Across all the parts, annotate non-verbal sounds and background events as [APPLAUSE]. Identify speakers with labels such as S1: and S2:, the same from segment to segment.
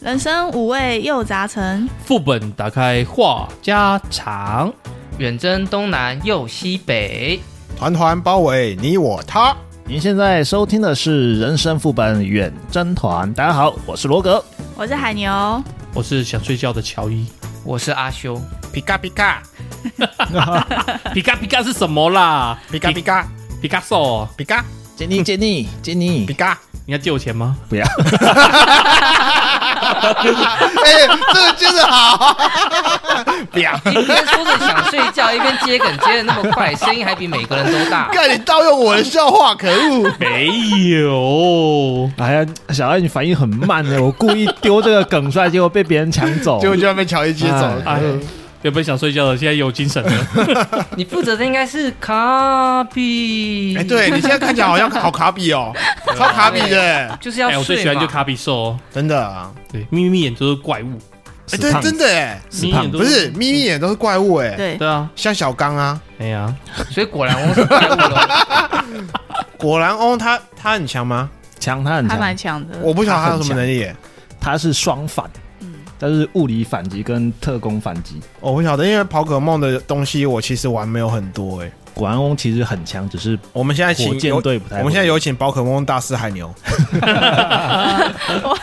S1: 人生五味又杂陈，
S2: 副本打开话家常，
S3: 远征东南又西北，
S4: 团团包围你我他。
S5: 您现在收听的是《人生副本远征团》，大家好，我是罗格。
S1: 我是海牛。
S2: 我是想睡觉的乔伊。
S3: 我是阿修，
S4: 皮卡皮卡
S2: [LAUGHS] 皮卡皮卡是什么啦？
S4: 皮卡皮卡
S2: 皮卡兽，
S4: 皮卡
S5: 杰尼，杰尼，杰尼
S4: 皮，卡，
S2: 你要借我钱
S4: [LAUGHS]
S2: 吗？
S5: 不要，
S4: [LAUGHS]
S5: [LAUGHS]
S4: 哎，这个就是好，不要，
S3: 一边说着想睡觉，一边接梗接的那么快，声音还比每个人都大。
S4: 看你盗用我的笑话，可恶！
S2: 没有，
S5: 哎呀，小爱你反应很慢呢，我故意丢这个梗出来，结果被别人抢走。
S4: 结果就要被乔伊接走了。
S2: 哎，原本想睡觉的，现在有精
S4: [LAUGHS]
S2: 神了。
S3: 你负责的应该是卡比，
S4: 哎，对你现在看起来好像好卡比哦，超卡比的，
S3: 就是要
S2: 哎、
S3: 睡嘛。
S2: 我最喜欢就卡比兽，
S4: 真的啊！
S2: 对，眯眯眼就是怪物，
S4: 哎，
S5: 死
S4: 对，
S5: 胖子
S4: 真的哎，
S2: 眯
S5: 胖
S2: 眼都
S4: 不是眯眯眼都是怪物哎，
S1: 对，
S2: 对啊，
S4: 像小刚啊，
S2: 哎呀、
S3: 所以果然我是怪物
S2: [LAUGHS]
S3: 了。
S4: 果然翁他他很强吗？
S5: 强他很
S1: 还蛮
S5: 强，
S1: 强的。
S4: 我不晓得他有什么能力耶，
S5: 他是双反，
S1: 嗯，
S5: 他是物理反击跟特工反击。
S4: 我不晓得，因为宝可梦的东西我其实玩没有很多哎。
S5: 果然翁其实很强，只是
S4: 我们现在
S5: 火
S4: 请
S5: 箭
S4: 有，
S5: 队不太会。
S4: 我们现在有请宝可梦大师海牛，
S1: 我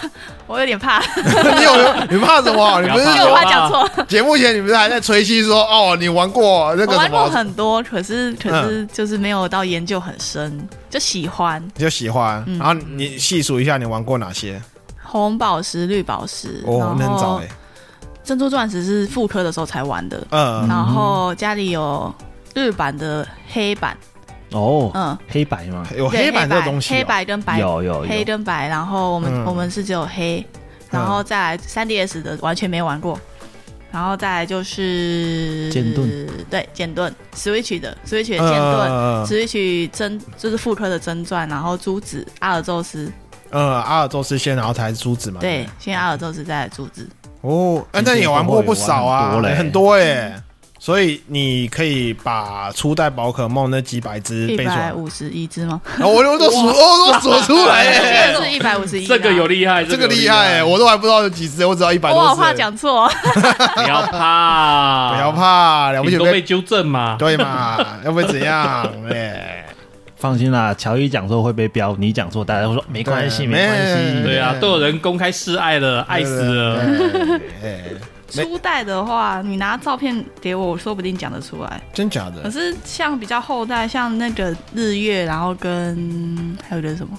S1: 我有点
S4: [LAUGHS]
S1: 怕，
S4: [LAUGHS] 你有你怕什么？你不是
S2: 不
S1: 因
S2: 要
S1: 为我
S4: 有
S1: 怕讲错。
S4: 节目前你不是还在吹嘘说哦，你玩过那
S1: 我
S4: 个什
S1: 玩过
S4: 么？嗯
S1: 很多，可是可是就是没有到研究很深，就喜欢
S4: 你就喜欢，
S1: 嗯
S4: 然后你细数一下你玩过哪些？
S1: 红宝石、绿宝石，
S4: 哦，那
S1: 然
S4: 很早
S1: 后
S4: 哎，
S1: 珍珠钻石是副科的时候才玩的，
S4: 嗯，
S1: 然后家里有日版的黑板，
S5: 哦，
S1: 嗯，
S5: 黑白嘛，
S4: 有
S1: 对
S4: 黑板这个东西哦，
S1: 黑白跟白
S5: 有有
S1: 黑
S5: 有，
S1: 跟白，然后我们、
S4: 嗯
S1: 我们是只有黑，然后再来三 DS 的完全没玩过，然后再来就是
S5: 剑盾，
S1: 对剑盾 Switch 的 Switch 的剑盾、
S4: 嗯，
S1: Switch 真就是复刻的真传，然后珠子阿尔宙斯，
S4: 呃，阿尔宙斯先，然后才是珠子嘛。
S1: 对，先阿尔宙斯再来珠子，
S4: 哦，哎那你也玩过不少
S5: 以前
S4: 啊
S5: 我，也玩
S4: 很
S5: 很
S4: 多哎，所以你可以把初代宝可梦那几百只
S1: 一
S4: 背出来
S1: 百。五十一只吗？
S4: 哦我我都数，我都数出来
S1: 这
S4: 哎，
S1: 个是一百五十一，啊
S2: 这个有厉害，
S4: 这个
S2: 有
S4: 厉害哎，我都还不知道有几只，我只要一百
S1: 我
S4: 多
S1: 好
S4: 只
S1: 怕
S4: 哎。
S1: 讲错，
S2: [LAUGHS] 不要怕，
S4: 不要，怕，了不
S2: 你
S4: 起
S2: 都
S4: 被
S2: 被纠正嘛。
S4: [LAUGHS] 对嘛？要不然怎样？ [LAUGHS] 哎，
S5: 放心啦，乔伊讲错会被标，你讲错大家会说没关系，
S4: 对
S5: 没关
S4: 没
S5: 系。
S2: 对啊，
S4: 对
S2: 都有人公开示爱了，爱死了。
S4: 了！哎，没
S1: 初代的话，你拿照片给我，我说不定讲得出来。
S4: 真假
S1: 可 [LAUGHS]
S4: 的？
S1: 是像比较后代，像那个日月，然后跟还有个什么，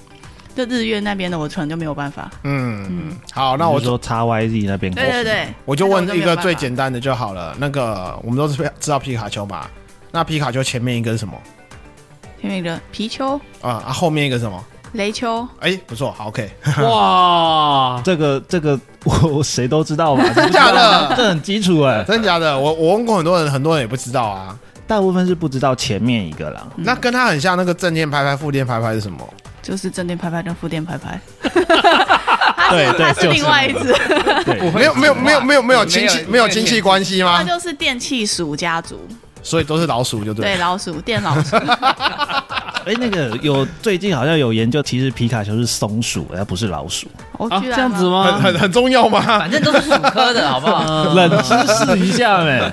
S1: 就日月那边的，我可能就没有办法。
S4: 嗯，好，那我
S5: 你是说 X Y Z 那边，
S1: 对对对，
S4: 我就问一个最
S1: 那
S4: 简单的就好了。那个我们都是知道皮卡丘嘛？那皮卡丘前面一个是什么？
S1: 个我就没有办法，前面一个皮丘、
S4: 啊啊，后面一个是什么？
S1: 雷丘，
S4: 哎，不错，好，OK， [LAUGHS]
S2: 哇，
S5: 这个这个我谁都知道吧？
S4: [LAUGHS] 真假的？
S5: 这很基础哎，
S4: 真假的？我我问过很多人，很多人也不知道啊。
S5: 大部分是不知道前面一个啦。
S1: 嗯
S4: 那跟它很像，那个正电拍拍、负电拍拍是什么？
S1: 就是正电拍拍跟负电拍
S4: [LAUGHS]
S1: 拍，
S5: 对
S1: 它
S5: 对，
S1: 是另外一只，
S5: 对，
S4: 没有没有没有没有没有
S3: 没有
S4: 亲戚
S3: 没有
S4: 没有亲戚关系
S1: 它
S4: 吗？
S1: 就是电气鼠家族，
S4: 所以都是老鼠就对
S1: 对
S4: 了。
S1: 老鼠电老
S5: 啊
S1: 鼠，
S5: 哎，那个有最近好像有研究，其实皮卡丘是松鼠，它不是老鼠。
S1: 我
S2: 啊，
S1: 居
S2: 这
S1: 然
S2: 样子
S1: 吗？
S4: 很
S2: 吗？
S4: [LAUGHS] 很很重要吗？
S3: 反正都是鼠科的好不好？
S4: 嗯
S2: 嗯
S5: 冷知识一下呗，
S4: [LAUGHS] 啊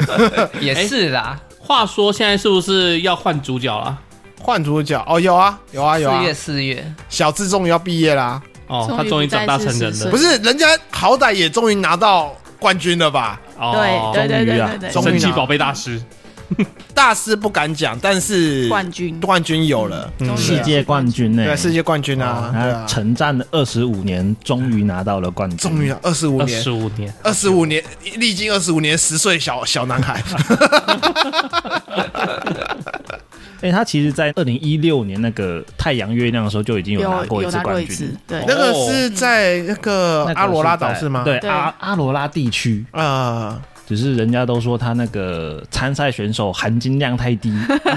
S3: 也是啦，
S2: 话说现在是不是要换主角了？
S4: 换主角哦，有啊有啊
S3: 四
S4: 有啊，
S3: 月四月，
S4: 小智终于要毕业啦！
S2: 哦，他
S1: 终
S2: 终
S1: 于
S2: 于
S1: 不再
S2: 长大成人
S1: 是
S2: 了
S4: 不。是，人家好歹也终于拿到冠军了吧？
S2: 哦，
S1: 对对对
S5: 终于啊
S1: 对对
S4: 终
S1: 对，
S4: 于
S2: 神奇
S4: 拿
S2: 宝贝大师，
S4: 大师不敢讲，但是
S1: 冠军
S4: 冠军有了，
S1: 终于
S4: 嗯
S1: 了
S5: 世界冠军呢？
S4: 对世界冠军啊，对
S5: 他
S4: 啊，
S5: 成战了二十五年，终于拿到了冠军。
S4: 终于啊二十五
S2: 二
S4: 年
S2: 十，五年，
S4: 二十五年，历经二十五年，十岁小小男
S5: [LAUGHS]
S4: 孩，
S5: 哦哎，他其实，在二零一六年那个太阳月亮的时候就已经
S1: 有
S5: 拿过一
S1: 有
S5: 次
S1: 拿过
S5: 冠
S1: 一次
S5: 军。，哦
S1: 对
S4: 那个是在那个
S5: 那个
S4: 阿罗拉
S5: 是在
S4: 岛是吗？
S5: 对，
S1: 对
S5: 阿阿罗拉地区，
S4: 啊，
S5: 只是人家都说他那个参赛选手含金量太低，
S1: 它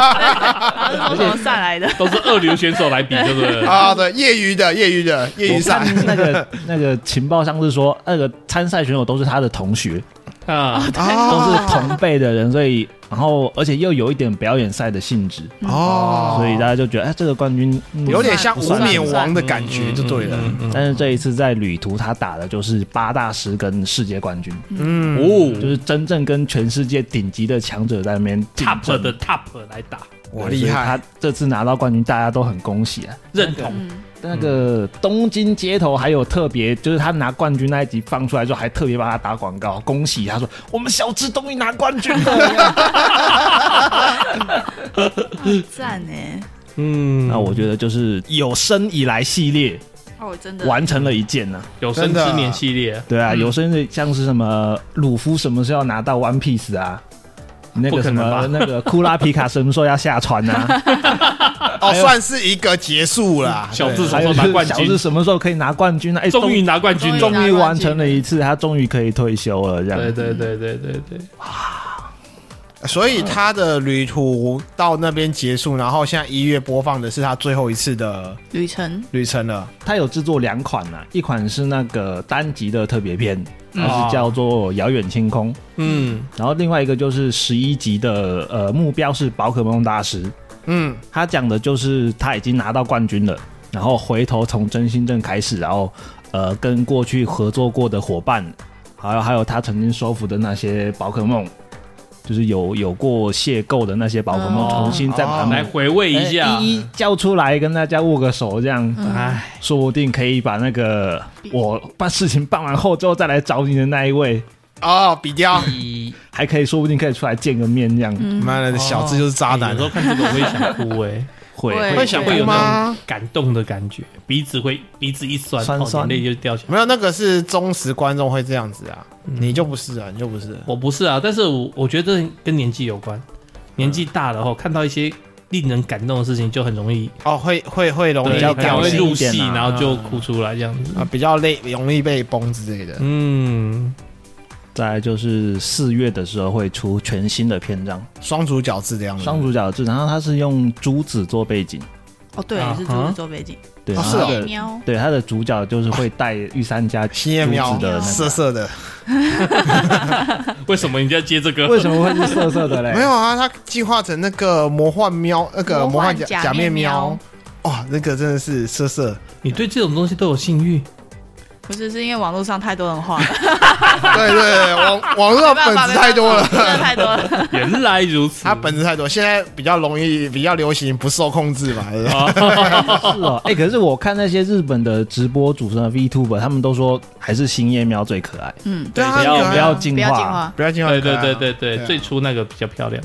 S5: [LAUGHS]
S1: 是从什么散来的？
S2: 都是二流选手来比，对不对？
S4: 啊，对，业余的，业余的，业余
S5: 我
S4: 赛 [LAUGHS]
S5: 看那个那个情报上是说，那个参赛选手都是他的同学，
S2: 啊，
S5: 都是
S4: 啊
S5: 同辈的人，所以然后而且又有一点表演赛的性质，
S4: 哦，
S5: 所以大家就觉得哎，这个冠军嗯
S4: 有点像
S5: 不
S4: 无
S5: 算
S4: 冕王的感觉
S2: 嗯
S4: 就对了。
S2: 嗯嗯
S5: 但是这一次在旅途，他打的就是八大师跟世界冠军，
S4: 嗯，
S2: 嗯
S5: 就是真正跟全世界顶级的强者在那边竞
S2: ，top
S5: 争
S4: 嗯
S2: 的 top 来打，
S4: 我
S5: 对
S4: 厉
S5: 所以
S4: 害
S5: 他这次拿到冠军，大家都很恭喜啊。
S2: 认同。
S1: 嗯，
S5: 那个东京街头还有特别，就是他拿冠军那一集放出来之后，还特别帮他打广告，恭喜他说我们小智终于拿冠军了。
S1: 赞欸呢！
S2: 嗯，
S5: [LAUGHS] 那我觉得就是有生以来系列
S1: 哦，真的，
S5: 完成了一件呢、
S2: 有生之年系列
S5: 对啊，有生的像是什么鲁夫什么时候要拿到 One Piece 啊？那
S2: 不
S5: 个
S2: 可
S5: 什
S2: 能
S5: 么
S2: 吧
S5: 那个库拉皮卡什么时候要下
S2: [LAUGHS]
S5: 船啊？
S4: 哦，算是一个结束啦。
S2: 小智
S4: 对
S2: 说
S5: 还有
S2: 拿冠军
S5: 小智什么时候可以拿冠军呢、啊？哎、
S2: 终于拿冠军了，
S5: 终于完成了一次，他终于可以退休了，这样。
S2: 对对对对对对，
S4: 所以他的旅途到那边结束，然后现在一月播放的是他最后一次的
S1: 旅程，
S4: 旅程了。
S5: 他有制作两款呐、啊，一款是那个单集的特别篇，它
S2: 哦
S5: 是叫做《遥远星空》，
S2: 嗯，
S5: 然后另外一个就是十一集的呃目标是宝可梦大师，
S4: 嗯，
S5: 他讲的就是他已经拿到冠军了，然后回头从真心镇开始，然后呃跟过去合作过的伙伴，还有还有他曾经收服的那些宝可梦，就是有有过邂逅的那些宝可梦，
S1: 哦
S5: 重新再
S4: 嗯
S5: 把他们
S2: 来回味一下
S5: 哎，一一叫出来，跟大家握个手，这样，
S2: 哎，
S5: 说不定可以把那个我把事情办完后之后再来找你的那一位，
S4: 哦，比较，
S3: 一
S5: 还可以说不定可以出来见个面，这样
S4: 妈的，小智就是渣
S2: 有
S4: 男
S2: 时。候看这个我会想哭哎，
S5: 会
S1: 会
S4: 会想
S2: 会
S4: 哭
S2: 有那
S4: 吗
S2: 种？感动的感觉，鼻子会鼻子一酸，
S5: 酸
S2: 哦
S5: 酸
S2: 眼泪就掉下来。
S4: 没有，那个是忠实观众会这样子啊，你就不是啊，你就不是。
S2: 我不是啊，但是我我觉得跟年纪有关，年纪大了后看到一些令人感动的事情，就很容易
S4: 哦，会会会容易
S2: 对
S5: 较
S2: 可能
S4: 掉
S2: 会
S5: 感
S4: 泪
S5: 性
S2: 入
S5: 一点
S2: 戏，
S5: 啊
S2: 然后就哭出来这样子。
S4: 啊，比较累，容易被崩之类的。
S2: 嗯，
S5: 再来就是四月的时候会出全新的篇章，
S4: 双主角制这样子。
S5: 双主角制，然后它是用珠子做背景，
S1: 哦，对
S2: 啊，
S1: 是竹子做背景，
S5: 对，
S4: 哦
S5: 然
S4: 是
S5: 后
S4: 哦
S5: 它
S1: 夜
S5: 的
S1: 喵，
S5: 对它的主角就是会带御三
S4: [LAUGHS]
S5: 家
S4: 新叶喵
S5: 珠子的那个
S4: 色色的，
S2: 为什么你就要接这个？
S5: 为什么会是色色的嘞？
S4: 没有啊，他计划成那个魔幻喵，那个魔
S1: 魔幻
S4: 幻假
S1: 假
S4: 假面
S1: 面
S4: 喵
S1: 喵，
S4: 哇，那个真的是色色，
S2: 你对这种东西都有性欲？
S1: 不是是因为网络上太多
S4: [LAUGHS]
S1: 人画 [LAUGHS] 了，
S4: 对对对， [LAUGHS] 网网
S1: 没
S4: 络上
S1: 办
S4: 本
S1: 法
S4: 子太多了
S1: 没。办法真的太多
S4: [LAUGHS]
S1: 了。
S2: [LAUGHS] 原来如此。
S4: 它本子太多，现在比较容易，比较流行不受控制嘛。对吧
S5: 是哦，哎，可是我看那些日本的直播主持人 VTuber，他们都说还是新叶喵最可爱，
S1: 嗯，
S4: 对啊，
S5: 不
S4: 很可
S5: 要
S4: 爱啊
S5: 不要
S1: 不
S5: 进
S1: 要进
S5: 化，
S1: 化，
S4: 不要进化
S2: 对
S4: 很可爱
S2: 对
S4: 啊，
S2: 对对对，
S4: 啊
S2: 最初那个比较漂亮。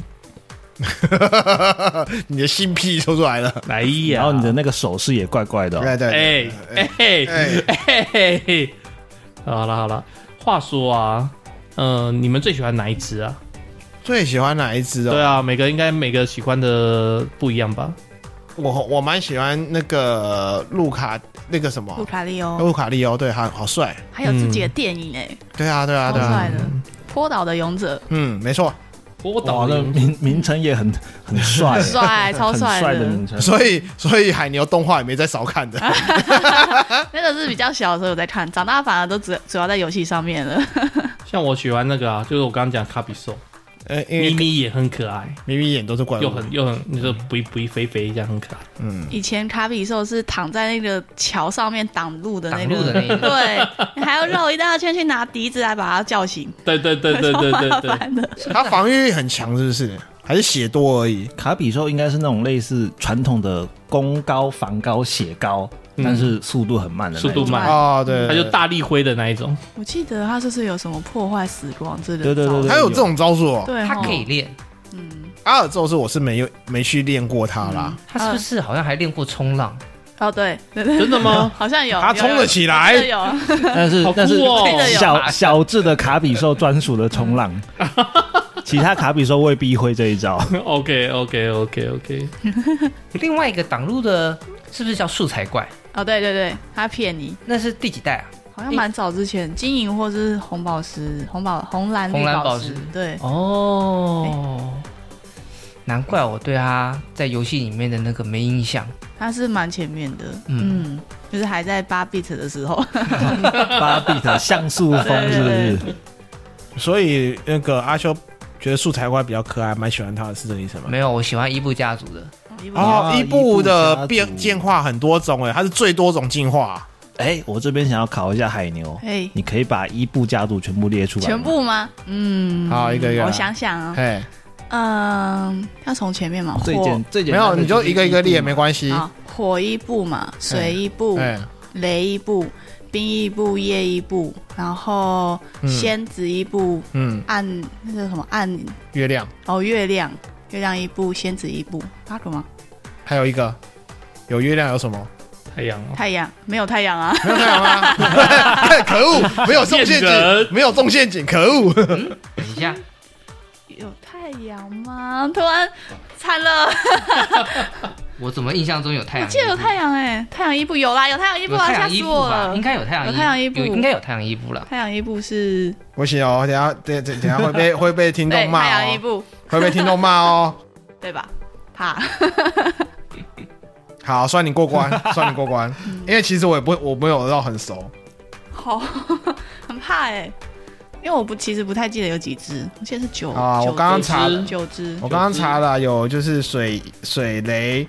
S4: 你的性癖抽出来了。
S2: 来哎呀，
S5: 然后你的那个手势也怪怪的哦，
S4: 对对
S2: 哎
S4: 对，
S2: 哎嘿哎嘿嘿，好了好了，话说啊，嗯，你们最喜欢哪一只啊？
S4: 最喜欢哪一只哦？
S2: 对啊，每个应该每个喜欢的不一样吧？
S4: 我我蛮喜欢那个路卡那个什
S1: 布
S4: 么
S1: 卡利欧，
S4: 路卡利欧，对，好好帅。
S1: 还有自己的电影哎，
S4: 对啊对啊
S1: 超
S4: 对啊，
S1: 帅的，
S5: 嗯
S1: 坡岛的勇
S5: [LAUGHS]
S1: 者，
S4: 嗯，没错。
S2: 波
S5: 哇，
S2: 导
S5: 那
S2: 的
S5: 名名称也很很
S1: [LAUGHS]
S5: 帅，
S1: 帅，超
S5: 很
S1: 帅
S5: 帅
S1: 的
S5: 的，名称。
S4: 所以所以海牛动画也没在少看的。 [LAUGHS]
S1: 那个是比较小的时候有在看，长大反而都只主要在游戏上面了。
S2: 像我喜欢那个啊，就是我刚刚讲卡比兽，
S4: 呃，因
S2: 咪
S4: 为
S2: 咪也很可爱，
S4: 明明眼都是怪物，
S2: 又很又很，你说不不肥肥这样很可爱。
S4: 嗯，
S1: 以前卡比兽是躺在那个桥上面挡路的那
S3: 挡
S1: 个
S3: 路的那一个，
S1: 对，你还要绕一大圈去拿笛子来把它叫醒，
S2: 对对对对对对
S1: [LAUGHS]
S2: 对，
S1: 烦的。
S4: 他防御力很强，是不是？还是血多而已？
S5: 卡比兽应该是那种类似传统的弓高、防高、血高，
S4: 嗯
S5: 但是速度很 [LAUGHS] 慢的那
S2: 速
S5: 一种
S2: 度
S4: [LAUGHS]
S2: 慢，
S4: 哦，对，
S2: 哎它就，大力挥的那一种。 [LAUGHS]
S1: 我记得它就是有什么破坏死光之类
S5: 对
S1: 的
S5: 对
S1: 招
S5: 对
S1: 式，
S4: 还有这种招数哦。
S1: 对，
S3: 他
S1: 吼
S3: 可以，练，
S1: 嗯，
S4: 阿尔宙斯我是没有没去练过他啦，
S3: 他是不是好像还练过冲浪？
S1: 哦对，对对
S2: 真的吗？
S1: [LAUGHS] 好像有，
S4: 他冲了起来
S1: 有有有有
S5: 但是
S2: 好酷
S5: 但是
S2: 哦
S5: 小小智的卡比兽专属的冲浪，
S4: 嗯
S5: 其他卡比兽未必会这一
S4: [LAUGHS]
S5: 招。
S2: OK OK OK OK，
S3: 另外一个挡路的，是不是叫素材怪？
S1: 哦对对对，他骗你，
S3: 那是第几代啊？
S1: 好像蛮早之前，金银或是红宝石、红宝红蓝绿
S3: 红蓝
S1: 宝
S3: 宝石
S1: 对，
S3: 哦，难怪我对他在游戏里面的那个没印象。
S1: 它是蛮前面的，
S3: 嗯
S1: 嗯，就是还 [LAUGHS] 在八 bit 的时候，
S5: 八比的像素风是不
S1: 对对
S5: 是？
S4: 所以那个阿修觉得素材怪比较可爱，蛮喜欢他的，是这个意
S1: 嗯
S4: 思吗？
S3: 没有，我喜欢伊布家族的，
S1: 一部
S4: 哦，
S5: 啊
S4: 伊布
S5: 伊布家
S4: 的
S5: 族
S4: 变进化很多种哎，它是最多种进化。
S5: 哎，我这边想要考一下海牛，
S1: 哎，
S5: 你可以把伊布家族全部列出来吗，
S1: 全部吗？嗯，
S4: 好一个一个来
S1: 我想想啊，
S4: 哎，
S1: 嗯，要从前面嘛，火
S5: 最简最简
S4: 没
S5: 单的
S4: 有，你就一个一个列没关系。
S1: 啊，火一步嘛，水一步，
S4: 哎，
S1: 雷一步，冰一步，夜一步，然后
S4: 嗯
S1: 仙子一步，
S4: 嗯，
S1: 暗那个什么暗
S4: 月亮，
S1: 哦，月亮，月亮一步，仙子一步，八个吗？
S4: 还有一个有月亮有什么？
S2: 太阳哦，
S1: 太阳没有太阳啊，
S4: 没有太阳吗？可恶，没有中陷
S2: 骗人
S4: 阱，没有中陷阱，可恶。 [LAUGHS]
S3: 等一下，
S1: 有太阳吗？突然惨了，
S3: 我怎么印象中
S1: [LAUGHS]
S3: 有太阳？
S1: 记得有太阳哎、太阳一步有啦，有太阳一步
S3: 有
S1: 啊，
S3: 太
S1: 吓
S3: 阳伊
S1: 死
S3: 布
S1: 我
S3: 吧？
S1: 了
S3: 应。该有太阳，
S1: 有太阳伊布
S3: 有应该有太阳伊布了。
S1: 太阳一步是
S4: 不行哦，等一下等等等一下会被会被听
S1: 对
S4: 众
S1: 太
S4: 骂
S1: 阳一
S4: 哦，
S1: 步
S4: 会被听众骂哦。
S1: 对吧？怕 [LAUGHS]
S4: 好，算你过关，算你
S1: [LAUGHS]
S4: 过关，
S1: 嗯
S4: 因为其实我也不我没有到很熟。
S1: 好，很怕哎、因为我不其实不太记得有几只，我记得是九
S4: 啊
S1: 哦九
S4: 我刚刚
S1: 只
S4: 查哦
S2: 了
S1: 九只，
S4: 我刚刚查了，有就是水、水雷、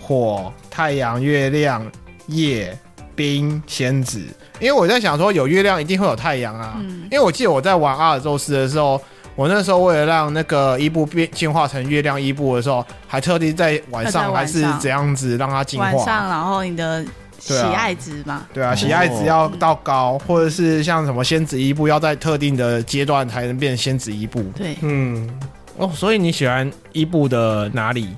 S4: 火、太阳、月亮、夜、冰、仙子。因为我在想说，有月亮一定会有太阳啊。
S1: 嗯
S4: 因为我记得我在玩阿尔宙斯的时候，我那时候为了让那个伊布变进化成月亮伊布的时候，还特地在晚
S1: 要在
S4: 上还
S1: 晚
S4: 是
S1: 上
S4: 怎样子让它进
S1: 晚
S4: 化。
S1: 上然后你的喜爱值嘛，
S4: 对啊，喜爱值要到高，或者是像什么仙子伊布，要在特定的阶段才能变仙子伊布。
S1: 对，
S4: 嗯，哦，所以你喜欢伊布的哪里？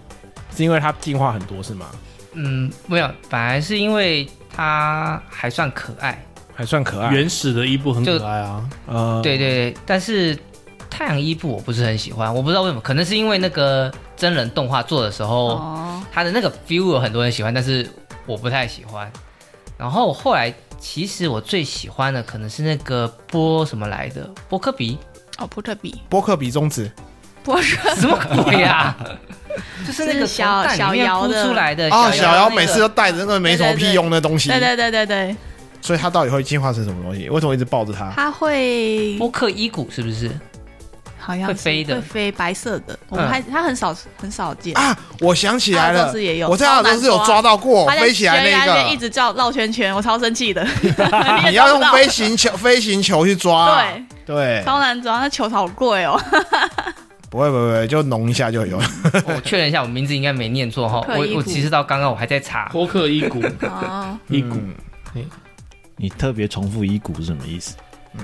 S4: 是因为它进化很多是吗？
S3: 嗯，没有，本来是因为它还算可爱，
S4: 还算可爱。
S2: 原始的伊布很可爱啊，
S4: 呃，
S3: 对对对，但是太阳伊布我不是很喜欢，我不知道为什么，可能是因为那个真人动画做的时候，
S1: 哦，
S3: 它的那个 feel 有很多人喜欢，但是我不太喜欢。然后我后来其实我最喜欢的可能是那个波什么来的波
S1: [LAUGHS]
S3: 科比，
S1: 哦，波特比，
S4: 波克比中指，
S1: 波特
S3: 什么
S1: [LAUGHS]
S3: 鬼呀、就是那个
S1: 是小
S3: 从蛋里
S1: 小
S3: 面
S1: 瑶
S3: 孵
S1: 的
S3: 出来的
S4: 哦，
S3: 那个
S4: 小妖每次都带着那个没什么屁用的东 [LAUGHS] 西，
S1: 对对对对对，
S4: 所以它到底会进化成什么东西？为什么一直抱着它？
S1: 它会
S3: 波克伊谷是不是？
S1: 好像是
S3: 会飞的
S1: 会飞白色的，我们
S3: 嗯
S1: 还它很少很少见。
S4: 啊，我想起来
S1: 阿尔宙
S4: 了
S1: 斯也，有
S4: 我在阿尔宙斯有抓到过
S1: 它在
S4: 飞起来
S1: 悬崖
S4: 那
S1: 边一
S4: 个，
S1: 直叫绕圈圈，我超生气
S4: [LAUGHS]
S1: 的。
S4: 你
S1: 你
S4: 要用飞啊
S1: 飞，
S4: 行球飞行球去抓，
S1: 对，
S4: 对，
S1: 超难抓，那球好贵哦。
S4: 不会不会不会，就弄一下就有了。
S3: 哦我确认一下，我名字应该没念错哈。
S1: [LAUGHS] 波克伊
S3: 我
S1: 谷
S3: 我其实到刚刚我还在查，
S2: 波克伊谷
S1: 哦，
S2: 伊谷
S4: 嗯
S5: 你特别重复伊谷是什么意思？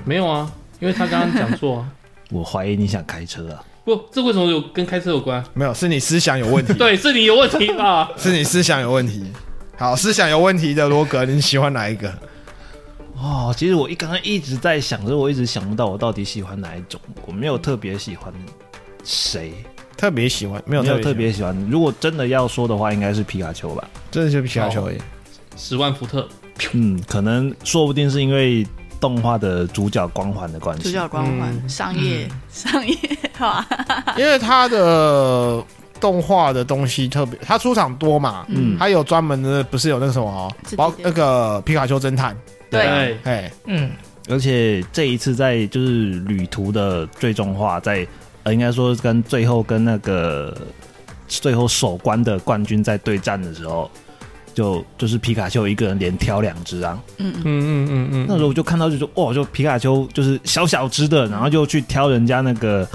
S2: 没有啊，因为他刚刚讲错啊，
S5: 我怀疑你想开车啊！
S2: 不，这为什么有跟开车有关？
S4: 没有，是你思想有问题。
S2: 对，是你有问题啊吧？
S4: 是你思想有问题。好，思想有问题的罗格，你喜欢哪一个？
S5: 哦，其实我一刚刚一直在想，所以我一直想不到我到底喜欢哪一种，我没有特别喜欢谁，
S4: 特别喜欢，没有
S5: 没有
S4: 特
S5: 特别，喜欢。如果真的要说的话，应该是皮卡丘吧。
S4: 真的就皮卡丘而已。
S2: [LAUGHS] 十万伏特，
S5: 嗯，可能说不定是因为动画的主角光环的关
S1: 主
S5: 系
S1: 角。光
S4: 嗯
S1: 环，上夜上夜哇，
S4: 因为他的动画的东西特别，他出场多嘛，
S5: 嗯，
S4: 他有专门的，不是有那个什么哦
S1: 自己，的
S4: 包那个皮卡丘侦探，
S1: 对，啊
S4: 哎，
S3: 嗯，
S5: 而且这一次在就是旅途的最终化，在呃应该说跟最后跟那个最后首关的冠军在对战的时候，就就是皮卡丘一个人连挑两只啊。
S1: 嗯，
S2: 嗯嗯嗯
S5: 那时候我就看到就说哇，就皮卡丘就是小小只的，然后就去挑人家那个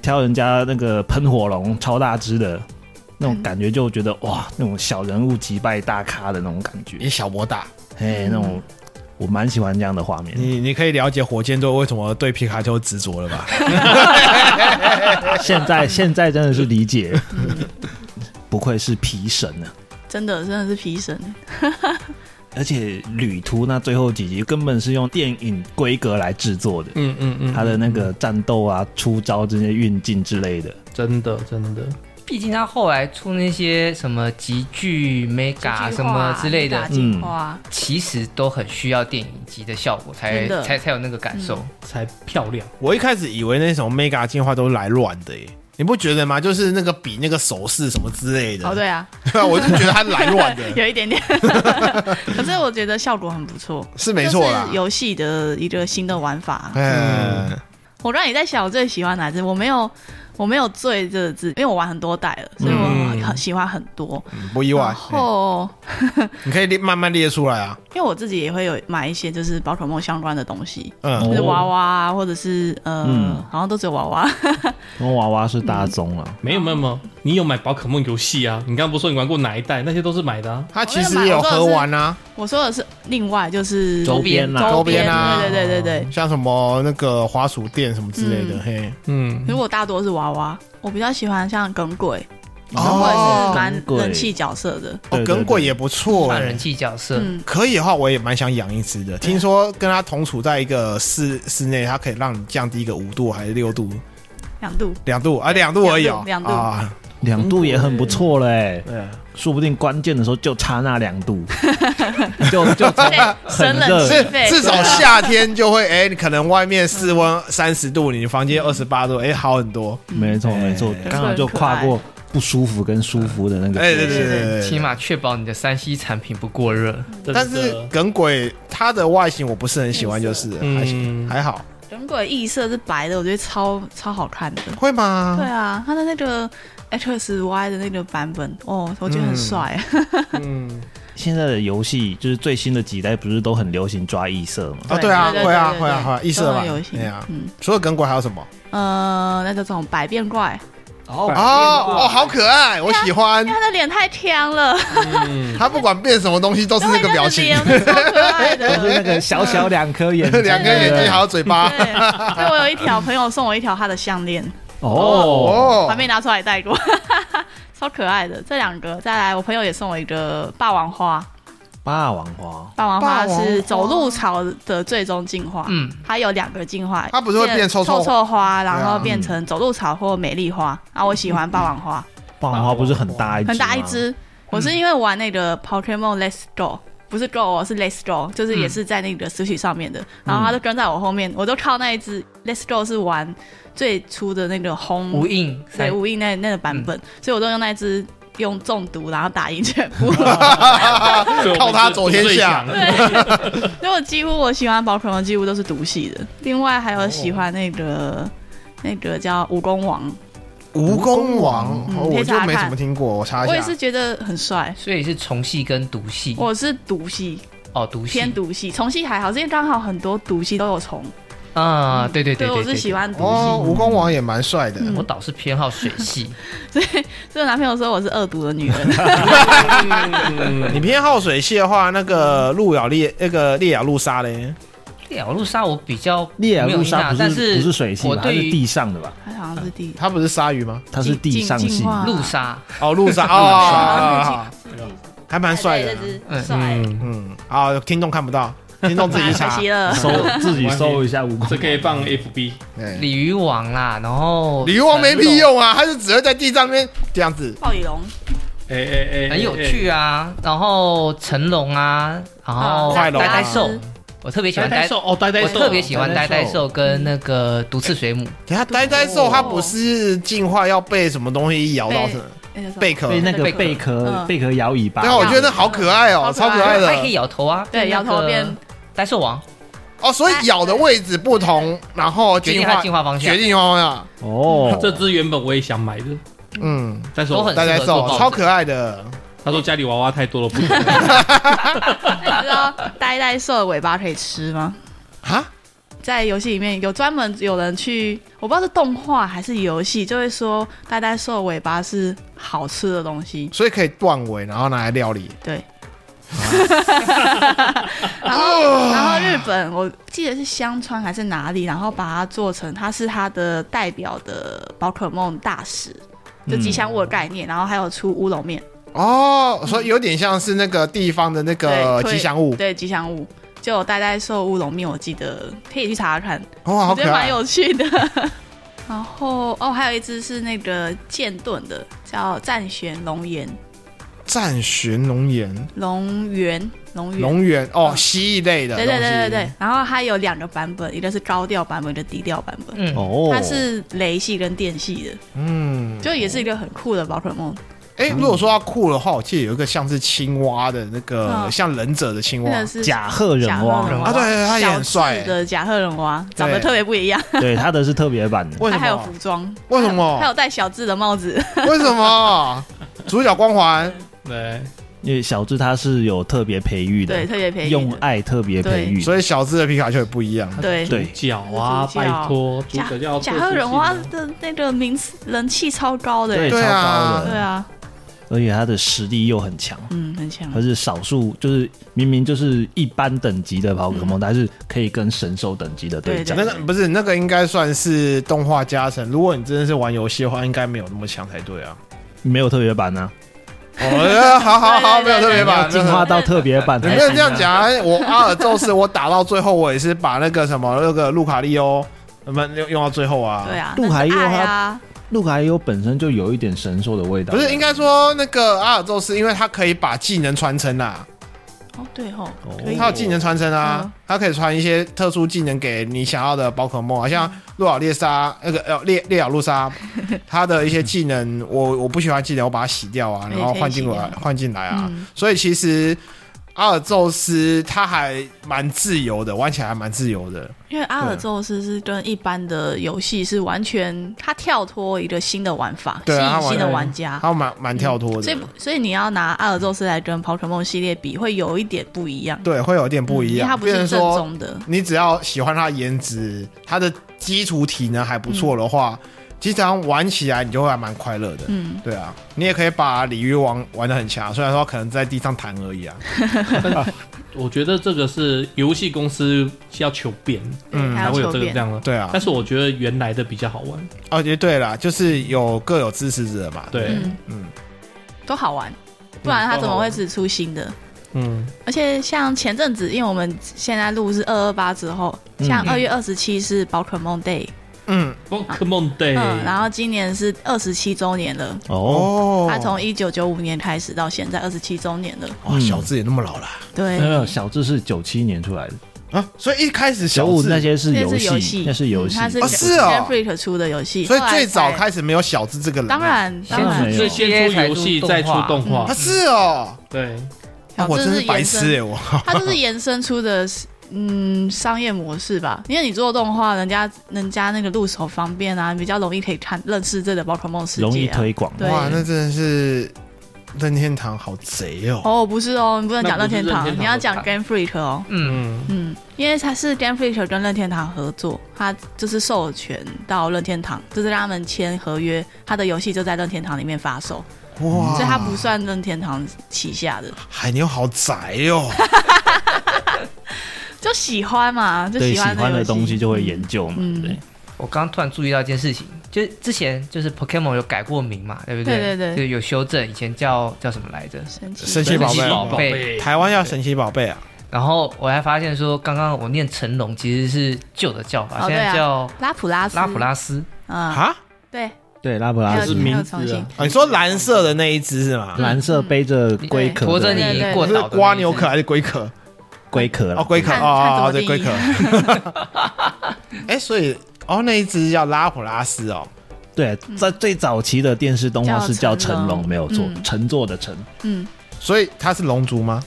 S5: 挑人家那个喷火龙超大只的。那种感觉就觉得哇，那种小人物击败大咖的那种感觉，
S2: 嗯
S4: 也小博大。
S5: 哎，那种我蛮喜欢这样的画
S2: 嗯
S5: 面。
S4: 你你可以了解火箭队为什么对皮卡丘执着了吧？
S2: [LAUGHS]
S5: 现在现在真的是理解，
S2: 嗯
S5: 不愧是皮神啊！
S1: 真的真的是皮神，
S5: 而且旅途那最后几集根本是用电影规格来制作的，
S2: 嗯嗯嗯，嗯
S5: 他的那个战斗啊、出招这些运镜之类的，
S2: 真的真的，
S3: 毕竟他后来出那些什么极具 mega
S1: 这句
S3: 什
S1: 话
S3: 么之类
S1: 打
S4: 嗯
S3: 的，
S1: 进化
S3: 其实都很需要电影级的效果才
S1: 真的嗯
S3: 才才有那个感受。
S2: 才漂亮。
S4: [LAUGHS] 我一开始以为那种 mega 进化都是来乱的耶。你不觉得吗？就是那个比那个手势什么之类的，
S1: 哦，对啊，
S4: [LAUGHS] 对啊，我就觉得他来
S1: [LAUGHS]
S4: 乱的，
S1: 有一
S4: [LAUGHS]
S1: 点点，可是我觉得效果很不错，
S4: 是没错啦
S1: 就是。游戏的一个新的玩法，
S4: 嗯，
S1: 我让你在想我最喜欢哪只，我没有我没有最这个字，因为我玩很多代了，所以
S2: 嗯
S1: 我很喜欢很多。
S4: 嗯不意外
S1: 然。后，
S4: 嗯你可以列慢慢列出来啊。
S1: 因为我自己也会有买一些就是宝可梦相关的东西，
S4: 嗯，
S1: 就是
S5: 哦
S1: 娃娃啊，或者是呃，
S5: 嗯
S1: 好像都只有娃娃。
S5: 因为娃娃是大宗啊了，
S2: 没有没有没有，你有买宝可梦游戏啊？你刚刚不是说你玩过哪一代？那些都是买的啊。
S4: 它其实也有合玩啊，
S1: 我说的是另外就是
S5: 周边啦
S1: 周
S4: 周边啊
S1: 对对对对对。
S4: 像什么那个滑鼠店什么之类的，
S1: 嗯
S4: 嘿，
S2: 嗯
S1: 可是我大多是娃娃，我比较喜欢像耿鬼，
S5: 哦
S1: 耿鬼是蛮
S5: 耿鬼
S1: 人气角色的。
S4: 哦，
S5: 对对
S4: 耿鬼也不错
S3: 算
S4: 欸，
S3: 人气角色，
S1: 嗯，
S4: 可以的话，我也蛮想养一只的。听说跟它同处在一个室室内，它可以让你降低一个五度还是六度，
S1: 两
S5: [LAUGHS]
S1: 度。
S4: 两度啊，两度而已哦，
S1: 两度两度
S4: 啊，
S5: 两度也很不错嘞，
S4: 对，
S5: 说不定关键的时候就差那两度，就就从
S1: 生
S5: 很
S1: 冷气啊
S5: 热，
S4: 啊 [LAUGHS] 是
S1: 费
S4: 至少夏天就会，哎，你可能外面室温三十度，你房间二十八度，哎，好很多。
S5: 没错没错，刚好就跨过不舒服跟舒服的那个，
S4: 哎，对对对对对，
S3: 起码确保你的三 C 产品不过热。
S2: 真的
S4: 但是耿鬼它的外形我不是很喜欢，就是了还行
S2: 嗯
S4: 还好，
S1: 耿鬼异色是白的，我觉得超超好看的。
S4: 会吗？
S1: 对啊，他的那个 HSY 的那个版本，哦，我觉得很
S4: [LAUGHS]
S1: 帅。
S2: 嗯，
S5: 现在的游戏就是最新的几代不是都很流行抓异色吗？
S4: 啊，对啊，
S1: 对
S4: 会啊
S1: 对对
S4: 会啊会啊，异色
S1: 都
S4: 吧
S1: 很，有型
S4: 对啊。
S1: 嗯，
S4: 除了耿鬼还有什么？
S1: 呃，那个这种百变怪，
S4: 嗯
S5: 哦
S1: 啊
S4: 哦哦，好可爱，我喜欢
S1: 因为。他的脸太甜了，
S4: 他不管变什么东西哦都是那个表情，
S1: 他的脸超可爱的。
S5: 哦
S1: 嗯
S5: 就是那个小小两颗眼
S4: [LAUGHS]
S5: 睛，
S4: 两根眼睛还有嘴巴。
S1: 对，所以我有一条朋友送我一条他的项链，
S5: 哦，
S1: 我还
S4: 哦，
S1: 没拿出来戴过， [LAUGHS] 超可爱的。这两个，再来，我朋友也送我一个霸王花，
S5: 霸王花
S1: 霸王
S4: 霸
S1: 花
S4: 王
S1: 是
S4: 花
S1: 走路草的最终进化，
S3: 嗯，
S1: 它有两个进化，
S4: 它不是会变臭臭
S1: 臭花，然
S4: 对
S1: 后
S4: 啊
S1: 变成走路草或美丽花。啊，我喜欢霸王花，
S3: 嗯 [LAUGHS]
S5: 霸王花不是很大一只吗
S1: 很大一，只。我是因为玩那个 Pokemon Let's Go。不是 Go 哦，是 Let's Go，就是也是在那个 Switch 上面的，
S3: 嗯
S1: 然后它就跟在我后面，我都靠那一只 Let's Go 是玩最初的那个红
S3: 无印
S1: 嗯
S3: 哎嗯
S1: 对
S3: 三
S1: 无印那那个版本，所以我都用那一只用中毒然后打赢全部，[LAUGHS]
S2: 嗯
S4: 靠它走天下
S1: 所以我几乎我喜欢宝可梦几乎都是毒系的。另外还有喜欢那个、
S3: 哦
S1: 那个叫蜈蚣王，
S4: 蜈蚣王，
S1: 嗯
S4: 哦
S1: 可
S4: 我
S1: 以
S4: 就
S1: 查查
S4: 没
S1: 看
S4: 怎么听过，我查一
S1: 我也
S4: 下
S1: 是。觉得很帅。
S3: 所以是虫系跟毒系
S1: 我是毒系，
S3: 哦，毒系
S1: 偏毒系，虫系还好，是因为刚好很多毒系都有虫。
S3: 啊，对对
S1: 嗯
S3: 对
S1: 所以我是喜。欢嗯毒
S4: 哦，
S1: 系。
S4: 蜈蚣王也蛮帅的，
S3: 我倒是偏好水系，
S1: [LAUGHS] 所以我男朋友说我是恶毒的女
S3: [LAUGHS]
S1: 人，
S4: 你
S2: 嗯
S4: 偏好水系的话，那个鹿咬猎，那个猎咬鹿鲨嘞，
S3: 烈咬路鲨我比较
S5: 烈尔
S3: 没有
S5: 路
S3: 印
S5: 莎
S3: 象，
S5: 不
S3: 但
S5: 是不是
S3: 是
S5: 水系
S3: 我
S5: 吧？它是
S3: 对于
S5: 地上的吧？
S1: 他好像是第
S4: 它不是鲨鱼吗？
S5: 它是地上
S1: 进
S5: 系
S1: 进，化
S3: 路鲨，
S4: 哦，鹿鲨哦，还蛮帅
S3: 啊
S4: 的。
S1: 的帅，
S2: 嗯，
S4: 嗯，啊，听众看不到，听众自己
S1: 可
S4: 查。
S1: 惜
S3: 嗯
S1: 了。
S5: 搜自己搜一下蜈
S2: 这
S5: 蚣，
S2: 可以放 FB。
S4: 对
S3: 鲤鱼王啦，然后
S4: 鲤鱼王没屁用啊，它就只会在地上面这样子。
S1: 暴雨龙，
S2: 哎哎哎，
S3: 成龙，很有趣啊，然后成龙啊，然后呆
S4: 快龙啊
S3: 呆兽，
S1: 嗯
S3: 我特别喜
S2: 哎。呆
S3: 欢
S2: 呆
S3: 呆，
S2: 兽哦，呆呆
S3: 我
S2: 兽，
S3: 特别喜欢
S5: 呆
S3: 呆
S5: 呆
S3: 呆
S5: 兽
S3: 兽跟那个毒刺水母，
S4: 等一下呆呆兽它不是进化要被什么东西咬到是吗？
S1: 那
S3: [LAUGHS]
S1: 个什么
S4: 贝壳。
S5: 被那个贝
S1: 贝
S5: 壳
S1: 嗯
S5: 贝壳摇尾巴
S4: 对，啊，我觉得那好可爱哦，超
S1: 超
S4: 可
S1: 可
S4: 爱
S1: 爱
S3: 它也可以
S4: 的。
S3: 摇头啊，
S1: 对摇头变
S3: 呆兽王，
S4: 哦，所以咬的位置不同，然后
S3: 决定
S4: 化
S3: 它进化方向
S4: 决定进化方向。
S5: 哦，
S2: 这只原本我也想买的，
S4: 嗯，
S2: 但是我
S3: 都很
S4: 呆呆
S3: 适合做
S4: 兽
S3: 报纸
S4: 超可爱的。
S2: 他说家里娃娃太多了，不行。
S3: [LAUGHS]
S1: 那你知道呆呆兽的尾巴可以吃吗？
S4: 啊，
S1: 在游戏里面有专门有人去，我不知道是动画还是游戏，就会说呆呆兽尾巴是好吃的东西。
S4: 所以可以断尾，然后拿来料理。
S1: 对， [LAUGHS] 然后然后日本我记得是香川还是哪里，然后把它做成它是它的代表的宝可梦大使，就吉祥物的概念，然后还有出乌龙面，
S4: 哦，所以有点像是那个地方的那
S1: 对
S4: 个
S1: 推
S4: 吉祥物。
S1: 对吉祥物。就有呆呆兽乌龙面，我记得可以去查查看，
S4: 哇，好
S1: 我
S4: 可
S1: 觉得蛮
S4: 爱。
S1: 有趣的。 [LAUGHS] 然后哦，还有一只是那个剑盾的，叫战旋龙岩
S4: 战旋龙眼，
S1: 龙源龙源。
S4: 龙眼哦，蜥蜴类的。
S1: 对对对对对。，然后它有两个版本，一个是高调版本，一个低调版本。
S3: 嗯，
S5: 哦，
S1: 它是雷系跟电系的，
S4: 嗯，
S1: 就也是一个很酷的宝可梦。
S4: 哎、如果说要酷的话，我记得有一个像是青蛙的那个，
S1: 嗯
S4: 像忍者的青蛙
S1: 那，个是
S5: 甲贺人蛙
S1: 甲贺，人蛙
S4: 啊对对对他也很帅
S1: 小只的甲贺人蛙，长得
S4: 对
S1: 特别不一样，
S5: 对，他的是特别版的。
S4: 为
S1: 他
S4: 什
S1: 还有
S4: 么
S1: 服？装，
S4: 为什么
S1: 他有戴小智的帽子，
S4: 为什么？主角光环，
S2: 对，
S5: 因为小智他是有特别培育的，
S1: 对，特别便宜的，
S5: 用爱特别培育，
S4: 所以小智的皮卡丘也不一样。
S1: 对。
S5: 对
S2: 脚啊，
S1: 主角
S2: 拜托，诸
S1: 甲
S2: 葛亮
S1: 甲贺人蛙的那个名次人气超高的，
S5: 对
S1: 对
S4: 对
S5: 超
S4: 啊
S5: 高的，
S1: 啊，
S5: 而且他的实力又很强，
S1: 嗯，很强
S5: 他，是少数，就是明明就是一般等级的宝可梦，但是可以跟神兽等级的对
S1: 对
S5: 战。
S4: 那个不是那个，应该算是动画加成。如果你真的是玩游戏的话，应该没有那么强才对啊。
S5: 没有特别版呢，
S4: 哦，好好好，没有特别
S5: 要
S4: 版，
S5: 进化到特别版
S4: 你
S5: 才
S4: 没有
S5: 行
S4: 这。样讲啊！我阿尔宙斯，我打到最后，我也是把那个什么那个路卡利欧，那么用用到最后啊。
S1: 对，啊，
S5: 鹿晗
S1: 那是
S5: 又
S1: 爱
S5: 他
S1: 啊，
S5: 路卡尤本身就有一点神兽的味道，
S4: 不是应该说那个阿尔宙斯，因为他可以把技能传承啊，
S1: 哦对吼，
S5: 哦
S1: 可以
S4: 他有技能传承啊
S1: 嗯，
S4: 他可以传一些特殊技能给你想要的宝可梦啊，像洛尔猎莎那个呃猎猎咬路莎，他的一些技能，我我不喜欢技能，我把它洗掉啊，
S1: 对
S4: 然后换进
S1: 可以
S4: 来
S1: 洗掉
S4: 换进来啊，
S1: 嗯，
S4: 所以其实。阿尔宙斯他还蛮自由的，玩起来还蛮自由的。
S1: 因为阿尔宙斯是跟一般的游戏是完全，它跳脱一个新的玩法，吸
S4: 对啊它
S1: 引
S4: 完
S1: 新的
S4: 全
S1: 玩家，
S4: 他蛮蛮跳脱的、
S1: 所以不所以你要拿阿尔宙斯来跟宝可梦系列比，会有一点不一样，
S4: 对，会有点不
S1: 嗯
S4: 一
S1: 因为
S4: 样。
S1: 它不
S4: 变成
S1: 是正
S4: 说，
S1: 宗的，
S4: 你只要喜欢它的颜值，它的基础体能还不错的话，基本上玩起来你就会还蛮快乐的。
S1: 嗯，
S4: 对啊，你也可以把鲤鱼王玩的很强，虽然说可能在地上弹而已啊。
S2: 我觉得这个是游戏公司要求变，
S4: 嗯
S1: 还
S2: 才
S1: 要
S2: 会有
S1: 求
S2: 这个这
S1: 变，
S2: 样的。
S4: 对啊
S2: 但，是我觉得原来的比较好玩，
S4: 哦，也对啦，就是有各有支持者嘛。
S2: 对，
S1: 嗯
S4: 嗯，
S1: 都好玩，不然它怎么会只出新的？
S2: 嗯，
S1: 而且像前阵子，因为我们现在录是二二八之后，像
S5: 嗯
S1: 二月二十七是宝可梦 Day，
S4: 嗯，
S2: 宝可梦 day，
S1: 嗯，然后今年是二十七周年了，
S5: 哦，
S4: 哦，
S1: 它从一九九五年开始到现在二十七周年了，
S4: 哇，小智也那么老了
S1: 对
S5: 没，有小智是九七年出来的，
S4: 啊，所以一开始
S5: 小
S4: 小
S5: 五
S4: 智
S5: 那，些是
S1: 这是游
S5: 游
S1: 戏
S5: 戏，，那是游
S1: 嗯，
S5: 戏
S1: 它是
S4: 哦是哦
S1: f r e a k 出的游戏，
S4: 所以
S1: 后来
S4: 最早
S1: 才
S4: 开始没有小智这个人、
S1: 当，然
S5: 先
S1: 当
S5: 没
S1: 然
S5: 有
S2: 所以先出游戏再出动画
S1: 嗯
S4: 啊，是哦，
S2: 对，
S4: 啊
S1: 小
S4: 我
S1: 智
S4: 真是
S1: 哦是
S4: 白
S1: 延
S4: 痴哎、
S1: 伸，
S4: 我
S1: 它就是延伸出的。嗯，商业模式吧，因为你做动画，人家人家那个入手方便啊，比较容易可以看认识这个宝可梦世
S5: 容易
S1: 界啊。
S5: 推广。
S1: 对
S4: 哇，那真的是任天堂好贼哦。
S1: 哦，不是哦，你不能讲
S2: 那
S1: 任
S2: 不是
S1: 天堂，
S2: 任天堂
S1: 你要讲
S2: 的
S1: Game Freak 哦。
S3: 嗯，
S2: 嗯，
S1: 嗯，因为它是 Game Freak 跟任天堂合作，它就是授权到任天堂，就是让他们签合约，它的游戏就在任天堂里面发售，
S4: 哇，
S5: 啊
S1: 所以它不算任天堂旗下的。
S4: 海牛好宅
S1: [LAUGHS]
S4: 哦，
S1: 就喜欢嘛，就
S5: 对喜
S1: 欢的
S5: 欢
S1: 游
S5: 的
S1: 戏
S5: 东西就会研究嘛，
S1: 嗯
S5: 对，
S3: 我刚刚突然注意到一件事情，就是之前就是 Pokemon 有改过名嘛，对不
S1: 对对对
S3: 就是有修正，以前叫叫什么来着？
S1: 神奇
S4: 神奇宝贝
S3: 神奇宝贝
S4: 台湾要神奇宝贝啊，
S3: 然后我还发现说，刚刚我念成龙其实是旧的叫法，
S1: 哦
S3: 现在
S1: 对
S3: 叫
S1: 拉普拉斯
S3: 拉普拉斯。
S1: 啊，
S4: 啊，
S1: 对，
S5: 对，拉普
S1: 还
S5: 拉
S1: 有
S5: 斯
S2: 是
S1: 还有
S2: 名
S1: 重
S2: 字
S1: 新
S2: 啊，
S4: 啊你说蓝色的那一只是吗？
S5: 蓝色背着龟壳的，
S3: 驮着你
S1: 嗯对对
S3: 过
S4: 是
S3: 岛的
S4: 瓜牛壳还是龟壳？
S5: 龟壳了
S4: 哦，龟壳
S1: 看
S4: 哦哦，哦
S1: 看怎
S4: 对，
S1: 么
S4: 龟
S1: 定
S4: 壳。 [LAUGHS] 哎，所以哦，那一只叫拉普拉斯哦，
S5: 对，在最早期的电视动画是叫成龙，
S1: 嗯叫成龙
S5: 没有错，
S1: 嗯
S5: 乘坐的乘，
S1: 嗯，
S4: 所以它是龙族吗？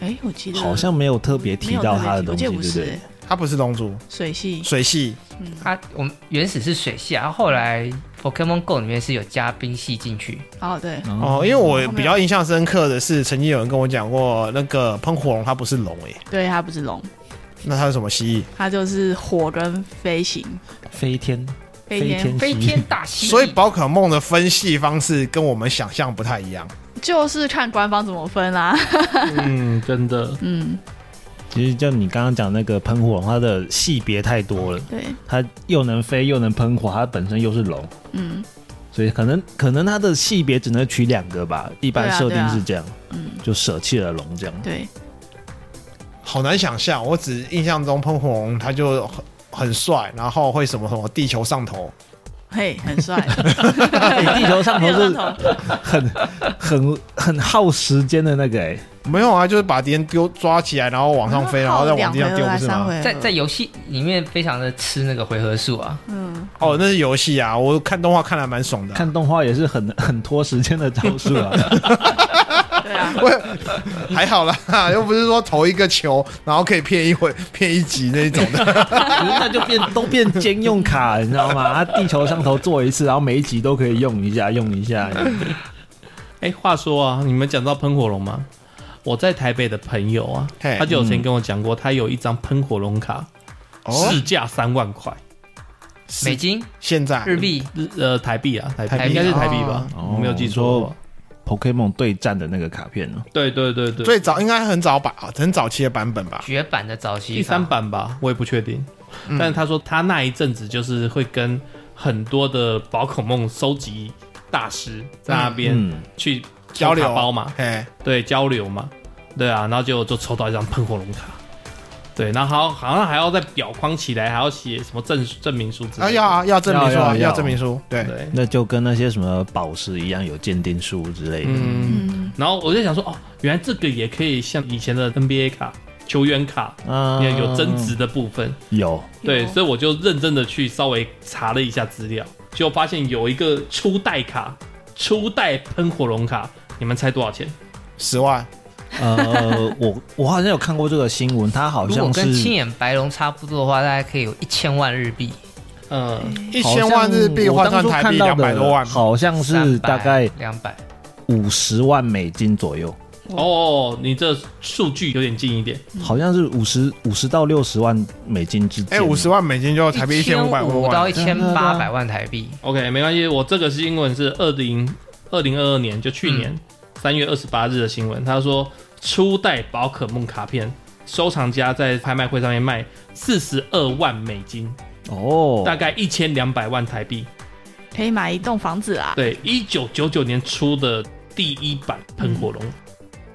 S1: 哎，我记得
S5: 好像没有特别
S1: 没
S5: 提
S1: 有
S5: 到
S1: 特别
S5: 他的
S1: 提
S5: 东
S1: 我
S5: 西，
S1: 记得不是
S5: 对不对？
S1: 哎
S4: 它不是龙族，
S1: 水系，
S4: 水系
S3: 它我们原始是水系啊，后来 Pokemon Go 里面是有加冰系进去，
S1: 哦对，
S4: 哦。因为我比
S1: 嗯
S4: 较印象深刻的是，曾经有人跟我讲过，那个喷火龙它不是龙诶，
S1: 对，它不是龙，
S4: 那它是什么蜥蜴？
S1: 它就是火跟飞行，
S5: 飞天，
S1: 飞天
S5: 天，
S3: 飞天，大蜥蜴。
S4: 所以宝可梦的分析方式跟我们想象不太一样。
S1: 就是看官方怎么分啊
S5: [LAUGHS]
S1: 啦、
S2: 嗯，真的，
S1: 嗯，
S5: 其实就你刚刚讲那个喷火龙，它的系别太多了，
S1: 对，
S5: 它又能飞又能喷火，它本身又是龙，
S1: 嗯，
S5: 所以可能可能它的系别只能取两个吧，一般
S1: 对啊
S5: 设定
S1: 对
S5: 是
S1: 啊
S5: 这样，
S1: 嗯
S5: 就舍弃了龙这样。
S1: 对，啊
S4: 好难想象，我只印象中喷火龙他就很很帅，然后会什么什么地球上头，
S1: 嘿，很帅，
S5: 哎地球上头
S1: 没有
S5: 是
S1: 上头，
S5: 很很很耗时间的那个哎、
S4: 没有啊，就是把敌人丢抓起来，然后往上飞，然后再往啊
S1: 两
S4: 地
S1: 回
S4: 上
S1: 合
S4: 丢，
S1: 还
S4: 不是
S1: 三
S4: 吗？
S1: 回合，
S3: 在在游戏里面非常的吃那个回合数啊，
S1: 嗯，嗯，
S4: 哦，那是游戏啊，我看动画看的蛮爽的啊、
S5: 看动画也是很很拖时间的招数啊。
S1: 对啊，
S4: 还好啦，又不是说投一个球，然后可以骗一回 [LAUGHS] 骗一集那一种的。
S5: 可是那就变都变兼用卡，你知道吗？它地球上头做一次，然后每一集都可以用一下，用一下。
S2: 哎、话说啊，你们讲到喷火龙吗？我在台北的朋友啊，
S4: 嘿
S2: 他就有曾跟我讲过，他有一张喷火龙卡，市价三万块，
S3: 美金、
S4: 现在
S3: 日币，
S2: 日呃台币啊，台
S4: 台
S2: 币
S4: 币
S2: 应该是台币吧，
S5: 哦
S2: 我没有记错吧。
S5: Pokemon 对战的那个卡片哦呢、
S2: 对对对对，
S4: 最早应该很早版啊，很早期的版本吧？
S3: 绝版的早期
S2: 第三版吧，我也不确定。但是他说他那一阵子就是会跟很多的宝可梦收集大师在那边
S5: 嗯，
S2: 去
S4: 交流
S2: 抽卡包嘛，
S4: 嘿，
S2: 对交流嘛，对啊，然后结果就抽到一张喷火龙卡，对，然后好好像还要再裱框起来，还要写什么证证明书之
S4: 啊
S2: 类的。
S4: 要啊要证明书啊，
S5: 要要
S4: 要证明书，对，
S2: 对，
S5: 那就跟那些什么宝石一样，有鉴定书之类的。
S2: 嗯，
S1: 嗯，
S2: 然后我就想说，哦，原来这个也可以像以前的 NBA 卡、球员卡，
S5: 啊
S2: 也有增值的部分。
S5: 有
S2: 对，
S1: 有
S2: 所以我就认真的去稍微查了一下资料，结果发现有一个初代卡，初代喷火龙卡，你们猜多少钱？
S4: 十万
S5: 呃，我我好像有看过这个新闻，它好
S3: 如果
S5: 像
S3: 跟青
S5: 是
S3: 眼白龙差不多的话，大概可以有一千万日币，
S2: 嗯，
S4: 一千万日币换算台币两百多万，
S5: 好像是大概哦
S3: 两百。
S5: 五十万美金左右，
S2: 哦，你这数据有点近一点，
S5: 好像是五十五十到六十万美金之间。
S4: 哎，五十万美金就台币一千
S3: 千
S4: 五百多
S3: 到
S5: 啊
S4: 万
S3: 一，千八百万台币，
S2: OK，没关系，我这个新闻是二零二零二二年，就去年三月二十八日的新闻。他说，初代宝可梦卡片收藏家在拍卖会上面卖四十二万美金，
S5: 哦，
S2: 大概一千两百万台币。
S1: 可以买一栋房子啊啦。
S2: 对，一九九九年出的第一版喷火龙，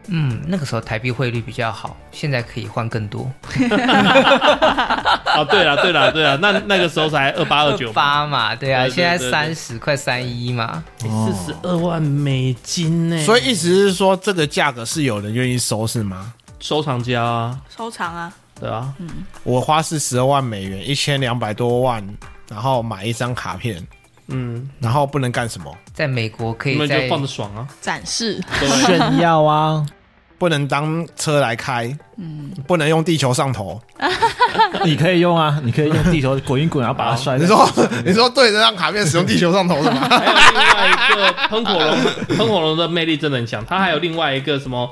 S3: 嗯，那个时候台币汇率比较好，现在可以换更多，
S2: [LAUGHS] 啊，对了，对了，对了，那那个时候才二八二九，
S3: 八嘛，对啊，
S2: 对对
S3: 现在
S2: 对对
S3: 三十快三一嘛，
S2: 四十二万美金呢、
S4: 哦所以意思是说这个价格是有人愿意收是吗？
S2: 收藏家啊，
S1: 收藏啊，
S2: 对啊，
S4: 我花四十二万美元，一千两百多万，然后买一张卡片，
S2: 嗯，
S4: 然后不能干什么？
S3: 在美国可
S2: 你
S3: 以
S2: 们就
S3: 在
S2: 放的爽啊，
S1: 展示，
S2: 对，
S5: 炫耀啊！
S4: 不能当车来开，嗯，不能用地球上头。
S5: 你可以用啊，你可以用地球滚一滚，然后把它摔。
S4: 你说，你说对着让卡片使用地球上头是吗？ [LAUGHS]
S2: 还有另外一个喷火龙， [LAUGHS] 喷火龙的魅力真的很强。它还有另外一个什么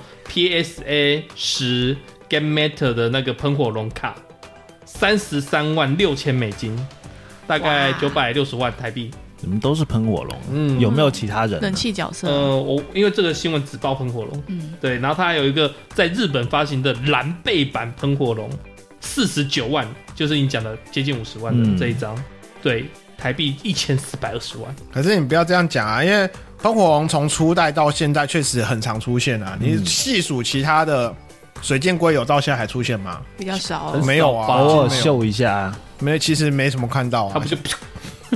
S2: PSA 十 Game Matter 的那个喷火龙卡，三十三万六千美金，大概
S1: 哇
S2: 九百六十万台币。
S5: 你们都是喷火龙，
S2: 嗯
S5: 有没有其他人啊呢？
S1: 人气角色，
S2: 呃，我因为这个新闻只报喷火龙，
S1: 嗯
S2: 对，然后它还有一个在日本发行的蓝背版喷火龙，四十九万，就是你讲的接近五十万的
S5: 嗯
S2: 这一张，对，台币一千四百二十万。
S4: 可是你不要这样讲啊，因为喷火龙从初代到现在确实很常出现啊。你细数其他的水箭龟有到现在还出现吗？
S1: 比较少哦
S2: 很，少
S4: 没有啊，
S2: 吧
S5: 偶尔
S4: 没有，
S5: 秀一下啊，
S4: 没其实没什么看到
S2: 它
S4: 啊
S2: 不。就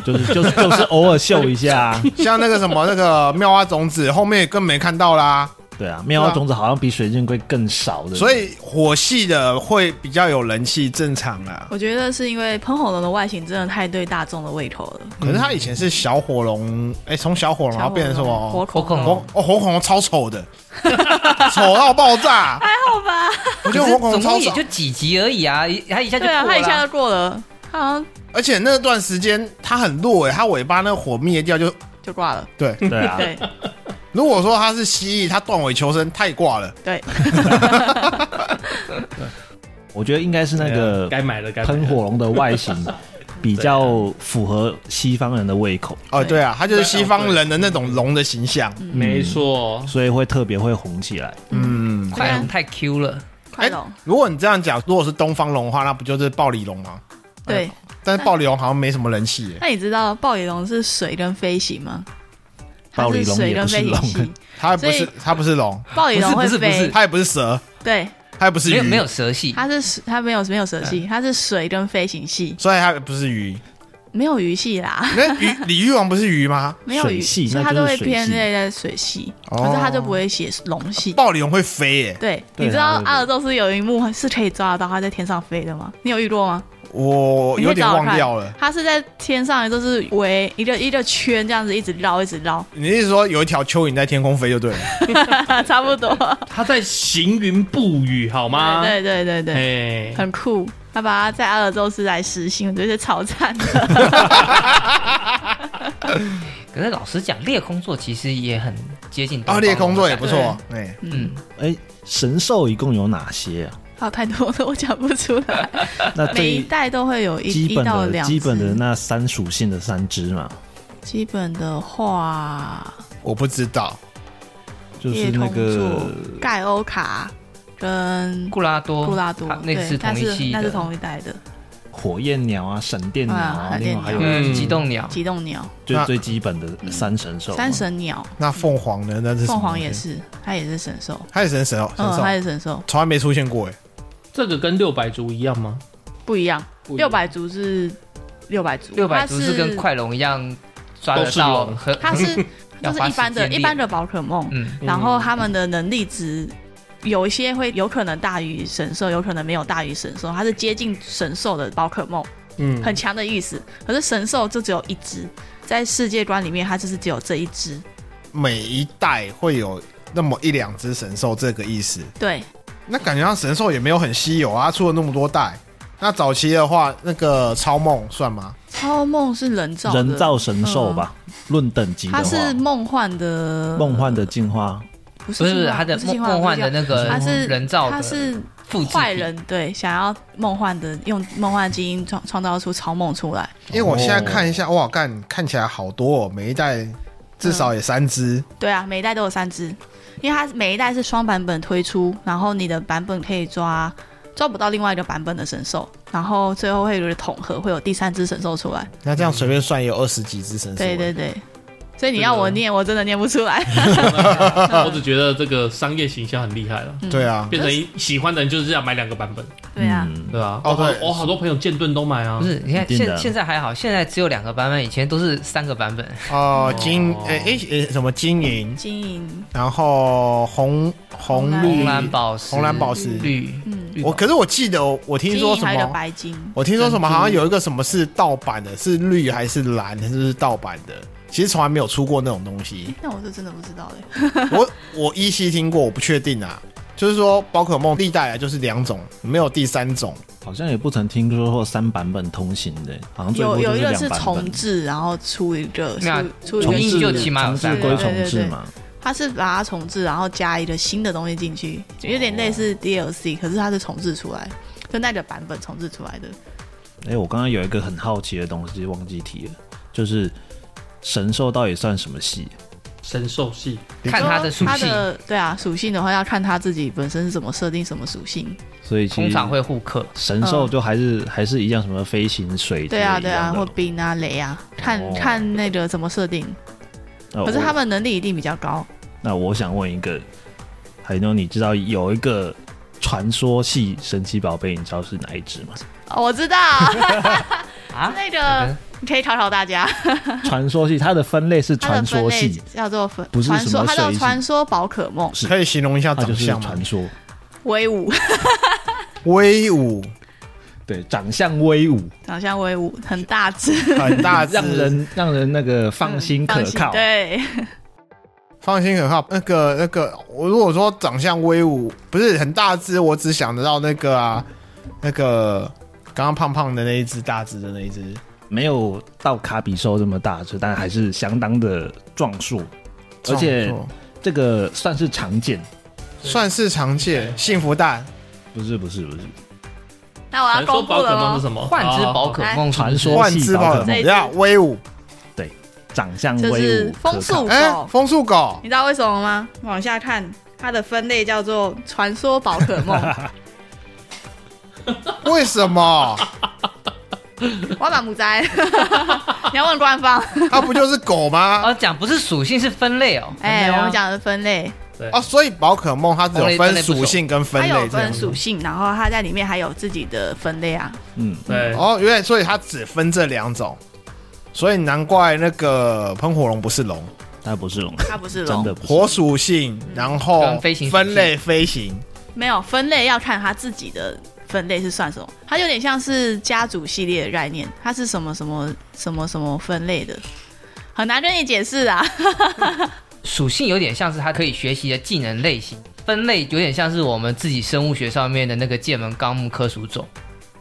S5: 就是就是就是偶尔秀一下啊。
S4: [LAUGHS] 像那个什么那个妙蛙种子后面更没看到啦，
S5: 对啊，妙蛙种子好像比水箭龟更少的，
S4: 所以火系的会比较有人气，正常啊啦。
S1: 我觉得是因为喷火龙的外形真的太对大众的胃口了。
S4: 可是他以前是小火龙，哎、从小火龙哦然后变成什么？
S1: 火
S3: 火恐
S1: 恐
S3: 龙
S1: 龙，
S4: 火哦，火恐龙超丑的， [LAUGHS] 丑到爆炸。还好吧？我觉得火恐龙
S3: 总
S4: 超
S3: 共也
S4: 丑
S3: 就，几集而已啊，一它一下就
S1: 对啊，
S3: 破
S1: 他一下
S3: 了。
S1: 就过了，他好像
S4: 而且那段时间它很弱哎、它尾巴那个火灭掉就
S1: 就挂了。
S4: 对。
S5: 对
S1: [LAUGHS]
S5: 啊，
S1: 对，
S4: 如果说它是蜥蜴，它断尾求生，它也挂了。
S5: 我觉得应该是那个
S4: 啊
S2: 该买了，该买了
S5: 喷火龙的外
S4: [LAUGHS]
S5: 形比较符合西方人的胃口，
S4: 哦，
S1: 对
S4: 对啊，它就是西方人的那种龙的形象。
S2: 没错，
S5: 所以会特别会红起来。
S4: 嗯，
S3: 快龙太 Q 了，
S1: 啊快龙，
S4: 如果你这样讲，如果是东方龙的话，那不就是暴鲤龙吗？
S1: 对。
S4: 但是暴鲤龙好像没什么人气、欸，
S1: 那你知道暴鲤龙是水跟飞行吗？它
S5: 暴鲤
S1: 是
S5: 龙
S1: 水
S5: 也不
S1: 跟
S5: 是
S1: 飞行
S4: 啊
S5: 龙
S1: 系，
S4: 它不
S1: 所
S4: 是
S1: 以
S4: 它不是龙，
S1: 暴鲤龙
S3: 不
S1: 会
S3: 是不是不
S1: 飞
S3: 是，
S4: 它也不是蛇，
S1: 对，
S4: 它也不是
S3: 没
S4: 鱼，
S3: 有没有，蛇系，
S1: 它是水它没有没有蛇
S4: 哎
S1: 系，它是水跟飞行系，
S4: 所以它也不是鱼。
S1: 没有鱼系啦， [LAUGHS]
S4: 那鱼鲤鱼王不是鱼吗？
S1: 没有鱼
S5: 水系
S1: 所以
S5: 那
S1: 它
S5: 就
S1: 都
S5: 是
S1: 会
S5: 水
S1: 偏
S5: 系
S1: 类在水系，
S4: 哦
S1: 可是它就不会写龙系。
S4: 暴鲤龙会飞耶、
S1: 对，
S5: 对
S1: 你知道
S5: 它会
S1: 阿尔宙斯有一幕是可以抓得到它在天上飞的吗？你有遇过吗？
S4: 我有点忘掉了。
S1: 它是在天上，就是围一个一个圈这样子，一直绕，一直绕， [LAUGHS]
S4: 你是说有一条蚯蚓在天空飞就对了？
S1: 差不多。
S2: 他在行云布雨，好
S5: 啊
S2: 吗？
S1: 对对对对，
S2: 哎，
S1: 很酷。他把它在阿尔宙斯来实行，我觉得是超赞的。
S3: 可是老实讲，猎空座其实也很接近东
S4: 啊，
S3: 方
S4: 猎空座也不
S3: 的
S4: 错。哎，
S3: 嗯，
S5: 哎，神兽一共有哪些啊？
S1: 好，太多了，我讲不出来。
S5: 那
S1: 呃每一
S5: 最
S1: 代都会有一
S5: 基
S1: 一
S5: 本
S1: 到
S5: 的
S1: 两
S5: 基本的
S1: 只
S5: 那三属性的三只嘛，
S1: 基本的话，
S4: 我不知道，
S5: 就
S1: 夜
S5: 是那个
S1: 空座盖欧卡跟
S3: 固拉多，
S1: 布拉多
S3: 哦它，那个
S1: 对
S3: 是同一系
S1: 那是那
S3: 的，
S1: 是同一代的
S5: 火焰鸟啊、闪电鸟
S1: 啊
S5: 啊，
S1: 闪电
S5: 另外还有
S1: 鸟
S2: 嗯
S3: 机动鸟，哦
S1: 机动鸟、
S5: 最
S4: 那
S5: 最基本的三神兽嘛。
S1: 三神鸟、
S4: 那凤凰呢？那是什么
S1: 凤凰也，是，它也是神兽，
S4: 它也神神哦，神
S1: 嗯，
S4: 兽
S1: 它也是神兽，
S4: 从来没出现过哎。
S2: 这个跟六百族一样吗？
S1: 不一样。
S2: 不一
S1: 六
S2: 样
S1: 百族是六百族，
S3: 六百
S1: 它
S3: 足是跟快龙一样抓
S2: 都
S3: 得
S2: 是
S3: 到
S2: 龙
S3: 和，
S1: 它是
S3: [LAUGHS] 要
S1: 就是
S3: 花
S1: 一般
S3: 时
S1: 的
S3: 间
S1: 一
S3: 练
S1: 般的宝可梦，
S3: 嗯，
S2: 嗯
S1: 然后他们的能力值有一些会有可能大于神兽，有可能没有大于神兽，它是接近神兽的宝可梦，
S2: 嗯，
S1: 很强的意思。可是神兽就只有一只，在世界观里面它就是只有这一只，
S4: 每一代会有那么一两只神兽这个意思。
S1: 对，
S4: 那感觉上神兽也没有很稀有啊，出了那么多代。那早期的话，那个超梦算吗？
S1: 超梦是人造的，
S5: 人造神兽吧，论等级的
S1: 嗯它
S5: 话，
S1: 是梦幻的，
S5: 梦幻的进化。
S1: 不是
S3: 不是不
S1: 进
S3: 是
S1: 化
S3: 它的
S1: 不是
S3: 梦
S1: 进化
S3: 梦幻
S1: 不是
S3: 的那个
S1: 它是
S3: 人造
S1: 它
S3: 的
S1: 是
S3: 复制
S1: 坏
S3: 品
S1: 人对，想要梦幻的用梦幻基因创创造出超梦出来，
S4: 因为我现在看一
S1: 哦
S4: 下，哇，干看起来好多、哦，每一代至少也三只。
S1: 对啊，每一代都有三只，因为它每一代是双版本推出，然后你的版本可以抓抓不到另外一个版本的神兽，然后最后会有一个统合，会有第三只神兽出来。
S4: 那这样随便算也有二十几只神兽。啊
S1: 对对对，所以你要我念，我真的念不出来。
S2: 我只觉得这个商业形象很厉害了，
S1: 嗯
S4: 对啊，
S2: 变成一喜欢的人就是要买两个版本，
S1: 对啊，
S5: 嗯
S2: 对吧？
S4: 哦
S2: 我好
S4: 对
S2: 我好多朋友剑盾都买啊
S3: 不，是，你看
S5: 一定的
S3: 现现在还好，现在只有两个版本，以前都是三个版本。
S4: 哦，金
S2: 哦
S4: 诶诶、诶什么金银，
S1: 金银，
S4: 然后红红
S1: 红蓝
S4: 绿
S3: 红蓝宝石、
S4: 红蓝宝石。
S3: 绿，
S1: 嗯，
S3: 绿
S4: 我
S3: 宝
S4: 可是我记得我听
S1: 金
S4: 说
S1: 银
S4: 什
S1: 还有一个
S4: 么，
S1: 白金，
S4: 我听说什么
S3: 珍珠
S4: 好像有一个什么是盗版的，是绿还是蓝，还是盗版的？其实从来没有出过那种东西
S1: 诶。那我是真的不知道欸嘞。
S4: 我我依稀听过，我不确定啊。就是说，宝可梦历代来就是两种，没有第三种。
S5: 好像也不曾听说过三版本通行的，好像最多
S1: 有
S5: 就
S1: 有一个
S5: 两
S1: 是
S5: 版
S1: 重
S5: 本。
S1: 置，然后出一个
S3: 没有啊
S1: 出出
S5: 重
S1: 一个
S5: 置
S3: 印
S1: 新
S3: 就
S1: 的
S3: 起码有
S5: 重
S3: 三
S5: 置
S3: 个
S1: 对
S5: 归
S1: 对
S5: 重置
S1: 对
S5: 嘛，
S1: 它是把它重置，然后加一个新的东西进去，有点类似 DLC，、可是它是重置出来，就那个版本重置出来的。
S5: 哎、我刚刚有一个很好奇的东西忘记提了，就是神兽到底算什么系？
S2: 神兽系，
S3: 看它的属
S1: 它
S3: 性，
S1: 的对啊，属性的话要看它自己本身是怎么设定什么属性。
S5: 所以其
S3: 通
S5: 实
S3: 常会互克。
S5: 神兽就还是、还是一样，什么飞行、水之类
S1: 对啊，对啊，
S5: 一样的
S1: 或冰啊、雷啊，看、
S5: 哦
S1: 看那个怎么设定。
S5: 呃
S1: 可是
S5: 我
S1: 他们能力一定比较高。
S5: 那我想问一个，海妞，你知道有一个传说系神奇宝贝，你知道是哪一只
S1: [LAUGHS]
S5: 吗？
S1: 哦，我知道，
S3: 啊
S1: 那个
S3: 嗯
S1: 你可以考考大
S5: [LAUGHS]
S1: 家，
S5: 传说系它的分类是
S1: 它的
S5: 传
S1: 分
S5: 说
S1: 类
S5: 系，
S1: 叫做分
S5: 不是
S1: 传
S5: 什
S1: 说，
S5: 么
S1: 它叫
S5: 水系
S1: 传说宝可梦
S5: 是
S4: 可以形容一下
S5: 它
S4: 长
S5: 就是
S4: 相吗
S5: 传？说，
S1: 威武，
S4: 威武，
S5: 对，长相威武，
S1: 长相威武，很大只，
S4: 很大只，
S5: [LAUGHS] 让人让人那个放心可
S1: 放心
S5: 靠。
S1: 对。
S4: 放心可靠。那个那个，我如果说长相威武，不是很大只，我只想得到那个啊，那个刚刚胖胖的那一只，大只的那一只。
S5: 没有到卡比兽这么大只，但还是相当的壮硕，而
S4: 这
S5: 且
S4: 种
S5: 这个算是常见，
S4: 算是常见，幸福蛋
S5: 不是不是不是，
S1: 那我要
S2: 传说
S1: 公布
S2: 宝可
S1: 了哦
S2: 梦是
S1: 吗？
S2: 什么？
S3: 幻之宝可梦是不
S5: 传
S3: 是
S5: 说
S4: 万
S5: 系
S4: 只
S5: 宝可
S1: 这一
S5: 梦
S4: 等
S1: 只
S4: 一下威武，
S5: 长相
S1: 就
S5: 威
S1: 是
S5: 武，可
S1: 风
S5: 靠
S1: 速
S4: 哎、
S1: 狗，
S4: 风速狗
S1: 你，知道为什么吗？往下看，它的分类叫做传说宝可
S5: [LAUGHS]
S1: 梦。
S4: 为什么？
S1: 我要把母摘， [LAUGHS] 你要问官方。
S4: 它不就是狗吗？
S3: 哦，讲不是属性是分类哦。
S5: 啊
S1: 哎、
S3: 分类哦
S1: 我们讲的分类，
S2: 对
S4: 哦，，所以宝可梦它只有
S3: 分
S4: 分
S3: 类不熟
S4: 属性跟分
S1: 它有
S4: 类这
S1: 分
S4: 样。
S1: 属性，然后它在里面还有自己的分类啊。
S5: 嗯，
S2: 对，
S4: 哦，原来所以它只分这两种，所以难怪那个喷火龙不是龙，
S5: 它不是龙，
S1: 它不是
S5: 真
S1: 龙
S5: 的，不是
S4: 火属性，然后
S3: 跟飞行属性
S4: 分类飞行。
S1: 没有分类要看它自己的分类是算什么？它有点像是家族系列的概念，它是什么什么什么什么分类的，很难跟你解释啊。
S3: 属性有点像是它可以学习的技能类型，分类有点像是我们自己生物学上面的那个界门纲目科属种。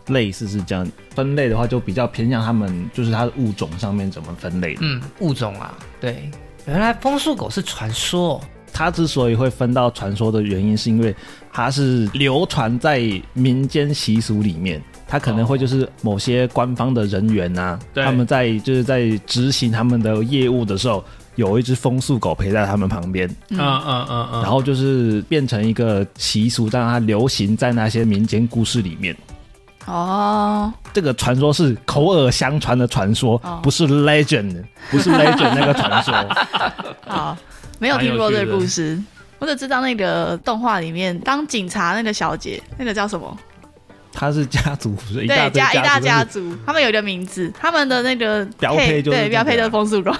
S5: 类似是这样分类的话，就比较偏向他们就是它的物种上面怎么分类的。
S3: 嗯，物种啊，对。原来风速狗是传说哦、
S5: 它之所以会分到传说的原因，是因为它是流传在民间习俗里面，它可能会就是某些官方的人员呐、
S2: 对
S5: 他们在就是在执行他们的业务的时候，有一只风速狗陪在他们旁边，
S2: 嗯嗯嗯嗯，
S5: 然后就是变成一个习俗，让它流行在那些民间故事里面。
S1: 哦，
S5: 这个传说是口耳相传的传说，
S1: 哦
S5: 不是 legend，不是 [LAUGHS] legend 那个传说。
S1: 好，没有听过这个故事，我只知道那个动画里面当警察那个小姐，那个叫什么？
S5: 它是家族，不是一大
S1: 对，
S5: 堆
S1: 家一大
S5: 家
S1: 家
S5: 族
S1: 族，他们有一个名字，他们的那个
S5: 标配就是
S1: 对
S5: 这个啊
S1: 标配的风速狗，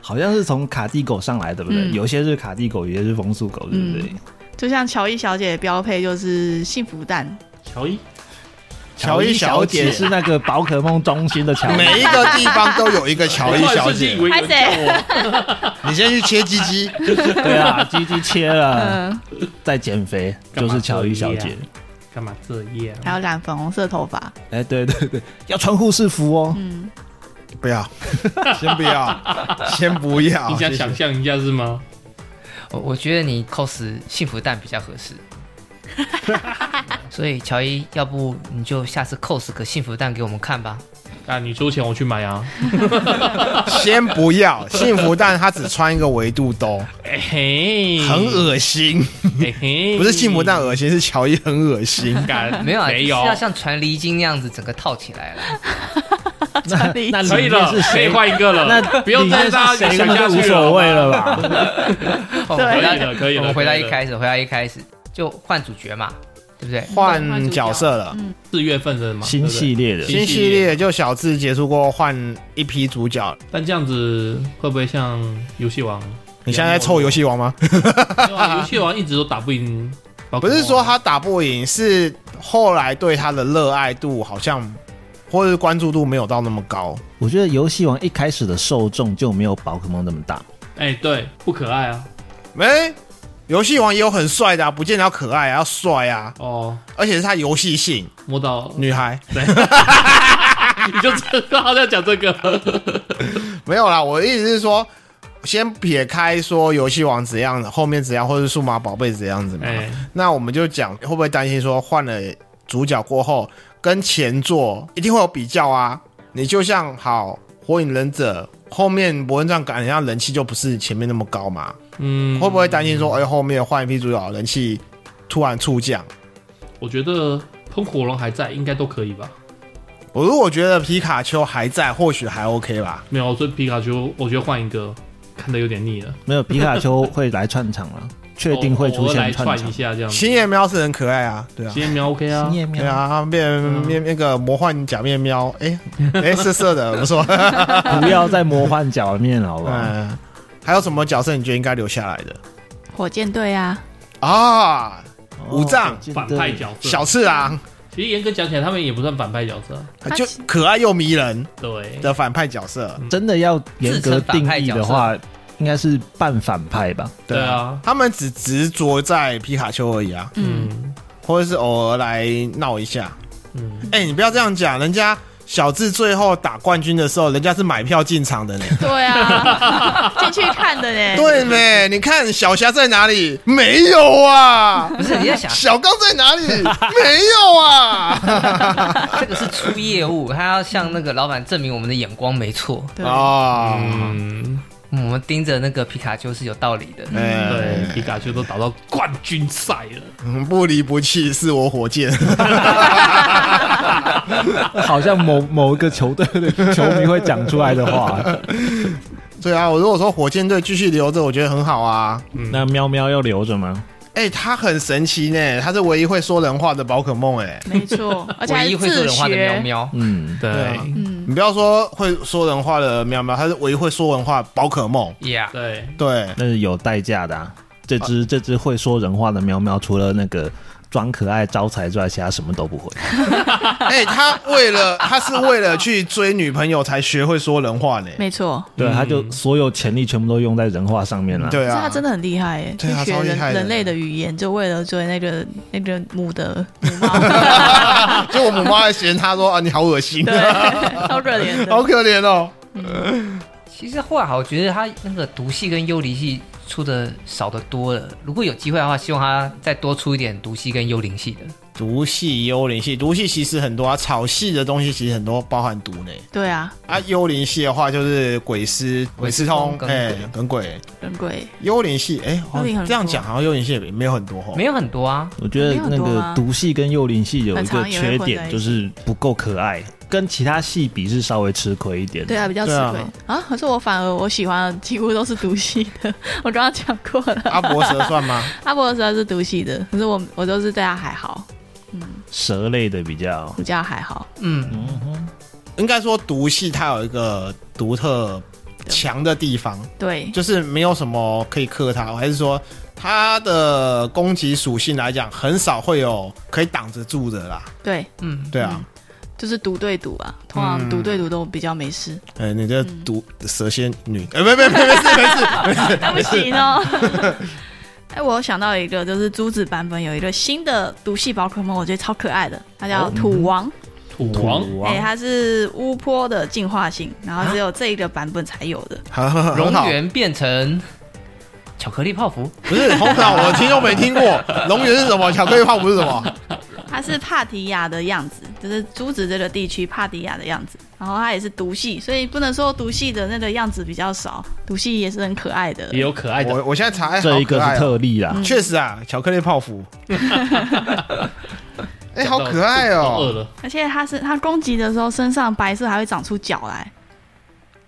S5: 好像是从卡蒂狗上来，对不对？
S1: 嗯
S5: 有些是卡蒂狗，有些是风速狗，对不对？
S1: [LAUGHS]
S4: 嗯
S1: 就像乔伊小姐的标配就是幸福蛋，
S2: 乔伊，
S4: 乔伊小姐
S5: 是那个宝可梦中心的乔伊，
S4: 每一个地方都有一个乔伊小姐
S3: [LAUGHS]
S2: 我突然瞬间以。为有人叫我
S4: 哦你先去切鸡鸡，
S5: 对
S4: [LAUGHS]
S5: 啊，鸡鸡切了，
S1: 嗯，
S5: 在减肥，就是乔伊小姐。
S2: 干嘛这样？
S1: 还有染粉红色头发，
S5: 哎，对对对，要穿护士服哦。
S1: 嗯，
S4: 不要，先不要，先不要。
S2: 你想
S4: 谢谢
S2: 想象一下是吗？
S3: 我我觉得你 cos 幸福蛋比较合
S1: [LAUGHS]
S3: 适。所以乔伊，要不你就下次 cos 个幸福蛋给我们看吧。
S2: 啊，你出钱我去买啊！
S4: 先不要，幸福蛋它只穿一个维度兜，
S2: 哎嘿，
S4: 很恶心。
S2: 哎嘿，
S3: 嗯
S4: 不是幸福蛋恶心，是乔伊很恶心。
S2: 敢
S1: 嗯
S3: 没有啊，
S2: 没
S3: 是
S2: 有，
S3: 要像传离经那样子整个套起来了。
S5: 那
S1: 理
S5: 那
S2: 可以
S5: 里面
S2: 了，
S5: 是
S2: 可以
S5: 谁？
S2: 换一个了，
S5: 那
S2: 不用再
S5: 再
S2: 大家
S5: 谁
S2: 想
S5: 那
S2: 下
S5: 就
S2: 去
S5: 无所谓
S2: [LAUGHS]
S5: 了吧？
S3: 我们
S2: 可
S3: 回
S2: 以
S3: 到
S2: 了，可以了。
S3: 我们回到
S2: 可以
S3: 一
S2: 了，
S3: 开始，回到一开始就换主角嘛，对
S1: [LAUGHS]
S3: 不对？
S4: 换角色了，
S2: 四月份的嘛，
S5: 新系列的
S2: 对不对
S4: 新系，列就小智结束过后换一批主角。
S2: 但这样子会不会像游戏王？
S4: 你现在在凑游戏王吗？ [LAUGHS]
S2: 没有啊？游戏王一直都打不赢宝可
S4: 不
S2: 梦啊，
S4: 是说他打不赢，是后来对他的热爱度好像或者是关注度没有到那么高。
S5: 我觉得游戏王一开始的受众就没有宝可梦那么大。
S2: 哎，对，不可爱啊，
S4: 没、游戏王也有很帅的、啊，不见得要可爱、啊，要帅啊，
S2: 哦，
S4: 而且是他游戏性
S2: 摸到
S4: 女孩
S2: 你就知道他在讲这个，
S4: [LAUGHS] 没有啦。我的意思是说，先撇开说游戏王怎样，后面怎样，或者是数码宝贝怎样子嘛。
S2: 哎，
S4: 那我们就讲会不会担心说换了主角过后跟前作一定会有比较啊？你就像好火影忍者后面博恩传感觉上人气就不是前面那么高嘛，
S2: 嗯，
S4: 会不会担心说哎、后面换一批主角人气突然触降？
S2: 我觉得喷火龙还在，应该都可以吧？
S4: 我如果觉得皮卡丘还在，或许还 OK 吧。
S2: 没有，所以皮卡丘，我觉得换一个看的有点腻了，
S5: 没有皮卡丘会来串场
S2: [LAUGHS]
S5: 了，确定会出
S2: 偶尔来
S5: 现
S2: 串
S5: 场
S2: 一。下这样子。
S4: 星夜喵是很可爱啊，对啊
S2: 今，天喵 OK 啊，
S5: 叶
S4: 对
S5: 喵
S4: 啊，变面那个魔幻假面喵，哎、哎，色色的，不错。
S5: 不要再魔幻脚面了，好不
S2: 哎
S5: 好？
S4: 嗯，还有什么角色你觉得应该留下来的
S1: 火箭队啊，
S4: 啊？
S5: 哦
S4: 五藏
S2: 反派角色。
S4: 小次郎，
S2: 其实严格讲起来，他们也不算反派角色，
S1: 他
S4: 就
S1: 其
S4: 可爱又迷人
S2: 对，
S4: 的反派角色。
S5: 真的要严格定义的话，应该是半反派吧？ [LAUGHS]
S2: 对，啊，
S4: 他们只执着在皮卡丘而已啊，
S1: 嗯，
S2: 嗯
S4: 或者是偶尔来闹一下。
S2: 嗯，
S4: 哎、你不要这样讲，人家小智最后打冠军的时候，人家是买票进场
S1: [LAUGHS]
S4: 的呢。
S1: 对啊，
S4: [LAUGHS]
S1: 进去看的呢，
S4: 对没？你看小霞在哪里？没有啊。
S3: 不是你在想， [LAUGHS]
S4: 小刚在哪里？没有啊。
S1: [LAUGHS]
S3: 这个是出业务，他要向那个老板证明我们的眼光没错，
S1: 对
S4: 哦，
S2: 嗯，
S3: 我们盯着那个皮卡丘是有道理的。
S1: 嗯
S4: 哎
S2: 对，皮卡丘都打到冠军赛了，
S4: 嗯不离不弃是我火箭。 [LAUGHS]
S5: 好像某某一个球队的球迷会讲出来的话。
S4: 对啊，我如果说火箭队继续留着，我觉得很好啊。
S5: [LAUGHS]
S2: 嗯
S5: 那喵喵要留着吗？
S4: 哎、他很神奇呢，他是唯一会说人话的宝可梦哎。
S1: 没错，而且还
S3: 唯
S1: 是
S3: 一会说
S1: 自
S3: 人话的喵
S1: 学，
S3: 喵，
S5: 嗯，
S2: 对
S4: 对啊
S1: 嗯，
S4: 你不要说会说人话的喵喵，它是唯一会说人话的宝可梦。
S3: ，Yeah，
S2: 对，
S1: [LAUGHS]
S4: 对，
S5: 啊那是有代价的啊。这只这只会说人话的喵喵，除了那个装可爱招财之外，其他什么都不会。
S4: 哎、他为了他是为了去追女朋友才学会说人话呢。
S1: 没错，
S5: 对，他就所有潜力全部都用在人话上面了。
S1: 可
S4: 对
S1: 是
S4: 啊，
S1: 他真的很厉害耶，去
S4: 对啊
S1: 学
S4: 超厉
S1: 人
S4: 害的
S1: 人类的语言，就为了追那个那个母的母
S4: [LAUGHS]
S1: 猫，
S4: 就我母妈还嫌他说啊，你好恶
S1: [LAUGHS]
S4: 心，
S1: 对，超可怜的。
S4: 好可怜哦。
S3: 其实后来好，我觉得他那个毒系跟幽灵系出的少的多了。如果有机会的话，希望他再多出一点毒系跟幽灵系的。
S4: 毒系、幽灵系，毒系其实很多啊，草系的东西其实很多，包含毒呢。
S1: 对啊，
S4: 啊，幽灵系的话就是鬼师、
S3: 鬼
S4: 鬼
S3: 师
S4: 师
S3: 通
S4: 通，
S3: 跟
S4: 哎
S3: 鬼，
S4: 跟鬼。
S1: 人鬼
S4: 幽灵系，哎，好
S1: 幽灵很多
S4: 这样讲好像幽灵系也没有很多哦。
S3: 没有很多啊，
S5: 我觉得那
S1: 没有很多
S5: 个
S1: 啊
S5: 毒系跟幼灵系有一
S1: 很
S5: 个
S1: 常也
S5: 缺
S1: 会混在一
S5: 点，
S1: 起
S5: 就是不够可爱，跟其他系比是稍微吃亏一点。
S1: 对啊，比较吃
S4: 对啊
S1: 亏啊。可是我反而我喜欢的几乎都是毒系的， [LAUGHS] 我刚刚讲过了，
S4: [LAUGHS]
S3: 啊
S4: 阿伯蛇算吗？
S1: 阿伯的时候是毒系的，可是我我都是对他还好，
S5: 蛇类的比较
S1: 比较还好。
S3: 嗯，
S4: 应该说毒系它有一个独特强的地方，
S1: 对，
S4: 就是没有什么可以克它，还是说它的攻击属性来讲，很少会有可以挡得住的啦。
S1: 对，
S3: 嗯，
S4: 对啊，
S1: 就是赌对赌啊，通常赌对赌都比较没事。
S5: 嗯
S4: 呃、你这毒蛇仙女，呃、没没没没事没事，
S1: 那不行哦。 [LAUGHS] 哎，我想到一个，就是珠子版本有一个新的毒系宝可梦，我觉得超可爱的，它叫土王。
S2: 土哦嗯王
S5: 土
S1: 哎、它是巫婆的进化型，然后只有这一个版本才有
S2: [LAUGHS]
S1: 的。
S4: 很很
S3: 熔
S4: 很好，
S3: 岩变成巧克力泡芙，
S4: 不是红岛，我听都没听过。龙源是什么？巧克力泡芙是什么？
S1: 它是帕提亚的样子，就是珠子这个地区帕提亚的样子。然后它也是毒系，所以不能说毒系的那个样子比较少，毒系也是很可爱的
S2: 也。有可爱的，
S4: 我我现在查，哎
S5: 这一个
S4: 好可爱
S5: 是
S4: 哦
S5: 特例啦。
S4: 确实啊，巧克力泡芙。哎、好可爱
S2: 讲到肚子都
S4: 哦、
S2: 饿了，
S1: 而且它是它攻击的时候，身上白色还会长出脚来。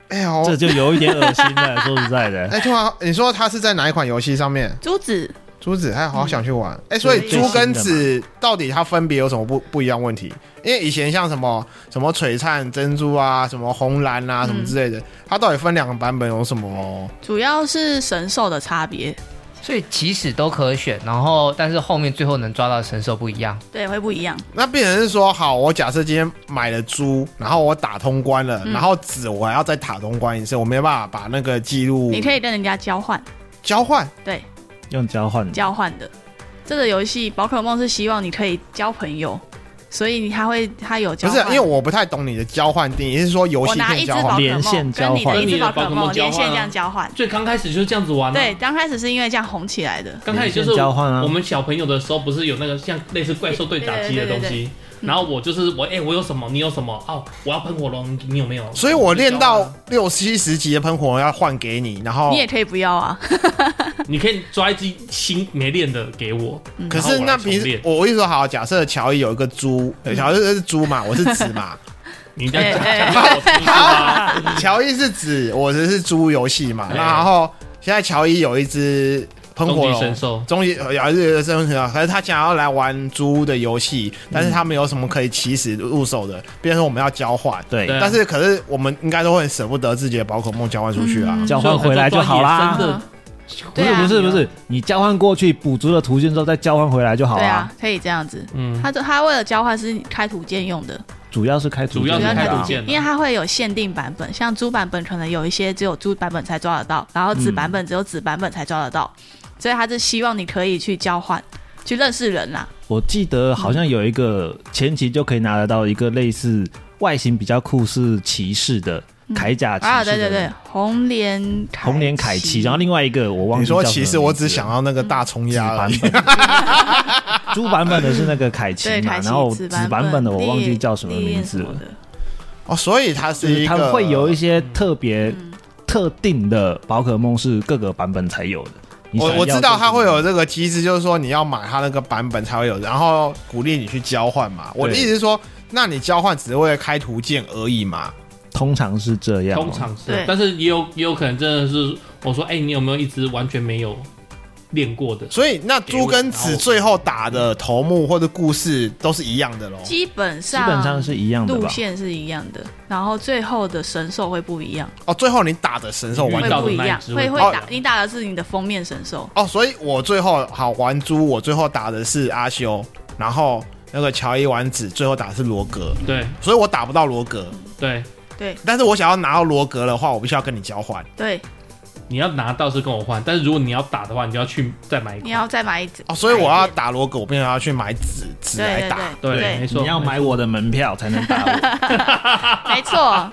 S4: 哎、
S1: 哦
S4: 好，
S5: 这就有一点恶心
S1: [LAUGHS]
S5: 了。说实在
S4: [LAUGHS] 哎、
S5: 的，
S4: 突然你说它是在哪一款游戏上面？
S1: 珠子
S4: 珠子，哎，好想去玩。
S1: 嗯
S4: 哎、所以
S5: 最新
S4: 珠
S5: 的
S4: 跟子到底它分别有什么不不一样问题？因为以前像什么什么璀璨珍珠啊，什么红蓝
S1: 嗯
S4: 啊，什么之类的，它到底分两个版本有什么？
S1: 主要是神兽的差别，
S3: 所以起始都可选，然后但是后面最后能抓到的神兽不一样。
S1: 对，会不一
S2: 哦
S1: 样。
S4: 那变成是说，好，我假设今天买了猪，然后我打通关了，
S1: 嗯
S4: 然后子我还要再打通关一次，我没办法把那个记录
S1: 你可以跟人家交换，
S4: 交换。
S1: 对，
S5: 用交换
S1: 交换的。这个游戏宝可梦是希望你可以交朋友，所以他会他有交
S4: 不
S1: 换。
S4: 是，啊因为我不太懂你的交换定义，是说游
S1: 我
S4: 戏
S1: 拿
S4: 可
S1: 一
S4: 以
S1: 只
S4: 交
S1: 宝可
S4: 换？
S5: 连线
S1: 梦
S5: 交
S1: 跟
S5: 换
S1: 你的一只宝可
S2: 跟你的宝可梦
S1: 梦连线
S2: 交换啊
S1: 这样交换。
S2: 最刚开始就是这样子玩、啊，
S1: 对，，刚开始是因为这样红起来的。
S2: 刚开始就是
S5: 交换啊
S2: 我们小朋友的时候，不是有那个像类似怪兽对打机的
S1: 对对
S2: 东
S1: 对对
S2: 西，然后我就是我，哎、 [LAUGHS] 我有什么，你有什么，哦，我要喷火龙，你你有没有？
S4: 所以我练到六七十级的喷火龙要换给你，然后
S1: 你也可以不要啊，
S2: 你可以抓一只新没练的给我，
S5: 嗯
S4: 可
S2: 然
S4: 是
S2: 后我
S4: 那
S2: 来重
S4: 平时
S2: 练嗯
S4: 我我一说好，假设乔伊有一个猪，呃乔伊是猪嘛，我
S2: [LAUGHS]
S4: 是子嘛，
S2: 你这样
S1: 哎哎
S2: 讲到我听吗？
S4: 乔伊是子，我只是猪游戏嘛。
S2: 哎
S4: 然后现在乔伊有一只喷火
S2: 终极
S4: 龙
S2: 神兽，
S4: 终极呃有一只神兽，可是他想要来玩猪的游戏，但是他没有什么可以起始入手的，变成我们要交换。
S5: 对
S2: 对啊
S4: 但是可是我们应该都会很舍不得自己的宝可梦交换出去
S2: 嗯
S4: 啊。
S5: 交换回来就好啦。
S1: 嗯
S2: 所以我
S1: [LAUGHS]
S2: 才
S5: 不
S1: 对
S5: 是
S1: 啊
S5: 不是不是，你交换过去补足了途径之后再交换回来就好
S1: 对
S5: 啦
S1: 啊。，可以这样子。
S2: 嗯，
S1: 他他为了交换是开图鉴用的，
S5: 主要是开途
S2: 主要
S5: 径
S1: 不要
S2: 是
S5: 的
S1: 开
S2: 开
S5: 啦
S2: 图
S1: 图
S2: 鉴
S1: 鉴，
S2: 啊
S1: 因为它会有限定版本，像猪版本可能有一些只有猪版本才抓得到，然后子版本只有子版本才抓得到，所以它是希望你可以去交换，去认识人啊啦。
S5: 我记得好像有一个前期就可以拿得到一个类似外形比较酷是骑士的铠甲骑
S1: 啊，对
S5: 士
S1: 对
S5: 的
S1: 对
S5: 人，，
S1: 红莲
S5: 红莲凯奇，然后另外一个我忘
S4: 你
S5: 记
S4: 说
S5: 叫什么
S4: 其实我
S5: 名字
S2: 嗯啊
S4: 只想
S5: 了
S4: 要那个大冲
S5: 紫
S4: 压而
S5: 版
S4: 已，
S5: 本， [LAUGHS] 猪版本的是那个凯奇
S1: 对
S5: 嘛，
S1: 凯奇
S5: 啊然后
S1: 紫
S5: 紫
S1: 版
S5: 版本的我忘记
S1: 烈
S5: 叫什么
S1: 烈
S5: 名
S1: 焰
S5: 字
S1: 什么
S5: 了。
S1: 的
S4: 哦，所以它是
S5: 就是
S4: 一
S5: 它
S4: 个
S5: 会有一些特别、
S1: 嗯
S5: 特定的宝可梦是各个版本才有的。你
S4: 我
S5: 想
S4: 我
S5: 要
S4: 知道
S5: 这个
S4: 它会有这个机制，就是说你要买它那个版本才会有，然后鼓励你去交换嘛。我的意思是说，那你交换只是为了开图鉴而已嘛。
S5: 通常是这
S4: 啊
S5: 样哦、
S2: 通常是
S1: 对，
S2: 但是也有也有可能真的是我说，哎、你有没有一只完全没有练过的。
S4: 所以那猪跟子最后打的头目或者故事都是一样的喽。
S1: 基本
S5: 基
S1: 上
S5: 本上是一样的
S1: 路
S5: 吧？
S1: 线是一样的，然后最后的神兽会不一样，
S4: 哦，最哦后你打的神兽
S2: 遇
S4: 完
S1: 会
S2: 到
S1: 不
S2: 的
S1: 一
S2: 那
S1: 样
S2: 一，只
S1: 会
S2: 会
S1: 会
S4: 哦
S1: 打你打的是你的封面神兽，
S4: 哦，所以我最后好玩猪，我最后打的是阿修，然后那个乔伊丸子最后打的是罗格，
S2: 对
S4: 所以我打不到罗格。
S2: 对，
S1: 对
S4: 但是我想要拿到罗格的话，我必须要跟你交换。
S1: 对，
S2: 你要拿到是跟我换，但是如果你要打的话，你就要去再买一
S1: 你
S2: 款。
S1: 要再买一只
S4: 哦，所以我要
S1: 买一
S4: 打罗格，我变成要去买纸纸
S1: 片
S4: 来
S1: 对
S4: 打。
S1: 对
S2: 对，
S1: 对
S2: 没
S5: 你
S2: 错，
S5: 要买我的门票才能
S1: [LAUGHS]
S5: 打我。
S1: 对，没错，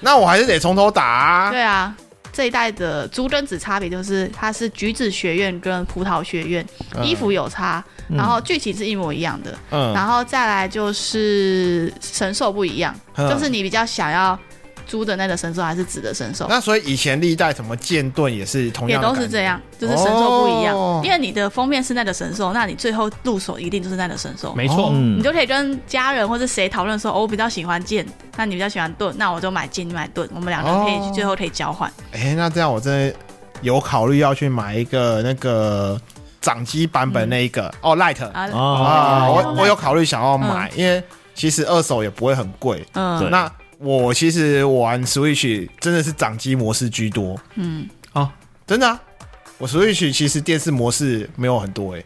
S4: 那我还是得从头打、啊。
S1: 对啊，这一代的猪跟子差别就是，它是橘子学院跟葡萄学院，
S4: 嗯
S1: 衣服有差，
S5: 嗯
S1: 然后剧情是一模一样的，
S4: 嗯，
S1: 然后再来就是神兽不一样，
S4: 嗯
S1: 就是你比较想要猪的那个神兽还是子的神兽，
S4: 那所以以前历代什么剑盾也是同
S1: 也
S4: 样的
S1: 都
S4: 感觉，
S1: 是这样，就是神兽不一样，
S4: 哦
S1: 因为你的封面是那个神兽，那你最后入手一定就是那个神兽。
S2: 没
S4: 哦
S2: 错，
S5: 嗯
S1: 哦你，就可以跟家人或是谁讨论说，哦，我比较喜欢剑，那你比较喜欢盾，那我就买剑，你买盾，我们两个可以去
S4: 哦
S1: 最后可以交换。
S4: 哎、那这样我真的有考虑要去买一个那个掌机版本那一个、哦，Light
S1: 啊，
S4: 啊，
S5: 哦，
S4: 我我有考虑想要买，因为其实二手也不会很贵。
S1: 嗯
S5: 对
S4: 那我其实我玩 Switch 真的是掌机模式居多，
S1: 嗯，
S4: 真的、啊。我 Switch 其实电视模式没有很多诶、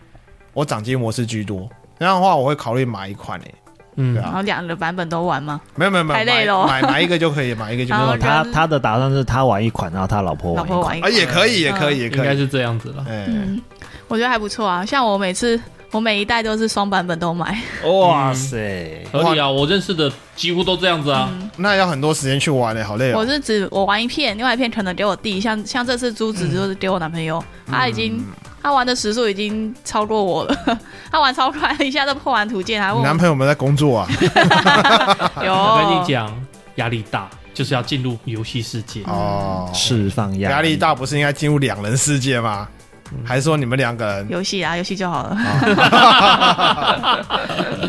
S4: 我掌机模式居多。那样的话，我会考虑买一款诶、
S2: 嗯
S4: 对，啊
S1: 然后两个版本都玩吗？
S4: 没有没有没有，
S1: 太累了
S4: 买买买一个就可以，买一个就可
S1: 然
S4: 以
S1: 后
S5: 哦他
S1: 人
S5: 他的打算是他玩一款，然后他老婆
S1: 老
S5: 玩一
S1: 婆
S5: 款。
S1: 玩一
S4: 啊，
S1: 个，
S4: 也可以，也可以，也
S2: 应
S4: 可
S2: 该
S4: 以。
S2: 是这样子了。
S4: 哎、
S1: 嗯，我觉得还不错啊。像我每次我每一代都是双版本都买，
S5: 哇塞！
S4: 嗯
S2: 合理啊，我认识的几乎都这样子啊。
S1: 嗯
S4: 那要很多时间去玩诶、好累哦、
S1: 我是指我玩一片，另外一片可能给我弟，像像这次珠子就是给我男朋友，
S4: 嗯
S1: 他已经他玩的时速已经超过我了， [LAUGHS] 他玩超快，一下就破完图鉴，还
S4: 你
S1: 问
S4: 男朋友们在工作啊？
S1: 我有，
S2: 我跟
S4: 哦
S2: 你讲，压力大就是要进入游戏世界。
S4: 哦，
S5: 释放压
S4: 压力大不是应该进入两人世界吗？
S1: 嗯
S4: 还是说你们两个人？
S1: 游戏啊，游戏就好了，
S4: 哦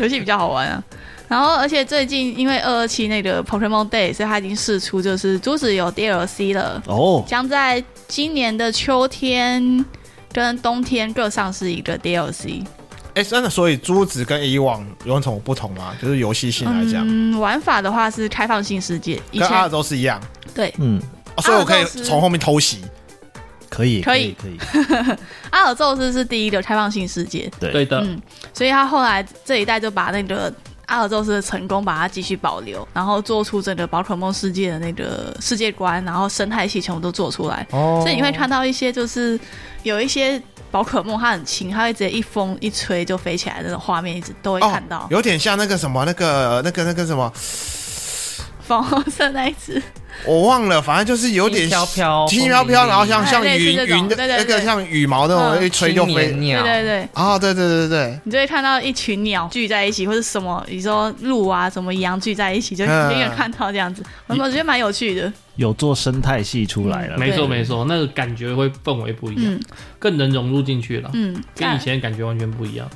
S1: [LAUGHS] 游戏比较好玩啊。然后，而且最近因为二二七那个 Pokemon Day，所以它已经试出就是珠子有 DLC 了。
S5: 哦，
S1: 将在今年的秋天跟冬天各上市一个 DLC。
S4: 哎、真的，所以珠子跟以往有什么不同吗？就是游戏性来讲，
S1: 嗯，玩法的话是开放性世界，以
S4: 跟阿尔
S1: 前
S4: 宙斯一样、
S1: 对
S5: 嗯，
S4: 哦所以我可以
S1: 阿尔宙斯
S4: 从后面偷袭。
S5: 可以，
S1: 可以
S5: 以，可以。
S1: 阿尔宙斯是第一个开放性世界，
S2: [LAUGHS] 对
S4: 呃
S2: 的，
S1: 嗯，所以他后来这一代就把那个。阿尔宙斯的成功，把它继续保留，然后做出整个宝可梦世界的那个世界观，然后生态系全部都做出来。
S4: 哦
S1: 所以你会看到一些就是有一些宝可梦，它很轻，它会直接一风一吹就飞起来的那种画面，一直都会看到。
S4: 哦，
S1: [LAUGHS]
S4: 有点像那个什么，那个、那个、那个什么，
S1: 粉红色那一只，
S4: 我忘了，反正就是有点
S3: 轻飘飘
S4: 轻飘飘，
S3: 风
S4: 然后
S3: 铃
S4: 像
S1: 哎
S4: 像
S1: 类似
S4: 云
S1: 这种
S4: 云的
S1: 对对
S4: 那个
S1: 对
S4: 像羽毛那种，
S1: 嗯
S4: 一吹就
S3: 青
S4: 飞
S1: 对
S3: 年。鸟，
S1: 对对，
S4: 啊，对对对对
S1: 你就会看到一群鸟聚在一起，或者什么，你说鹿啊，什么羊聚在一起，就
S4: 嗯
S1: 远远看到这样子，嗯我我觉得蛮有趣的。
S5: 有做生态系出来了，
S1: 嗯
S2: 没错
S1: 对
S2: 没错，那个感觉会氛围不一样
S1: 嗯，
S2: 更能融入进去了，
S1: 嗯，
S2: 跟以前的感觉完全不一样。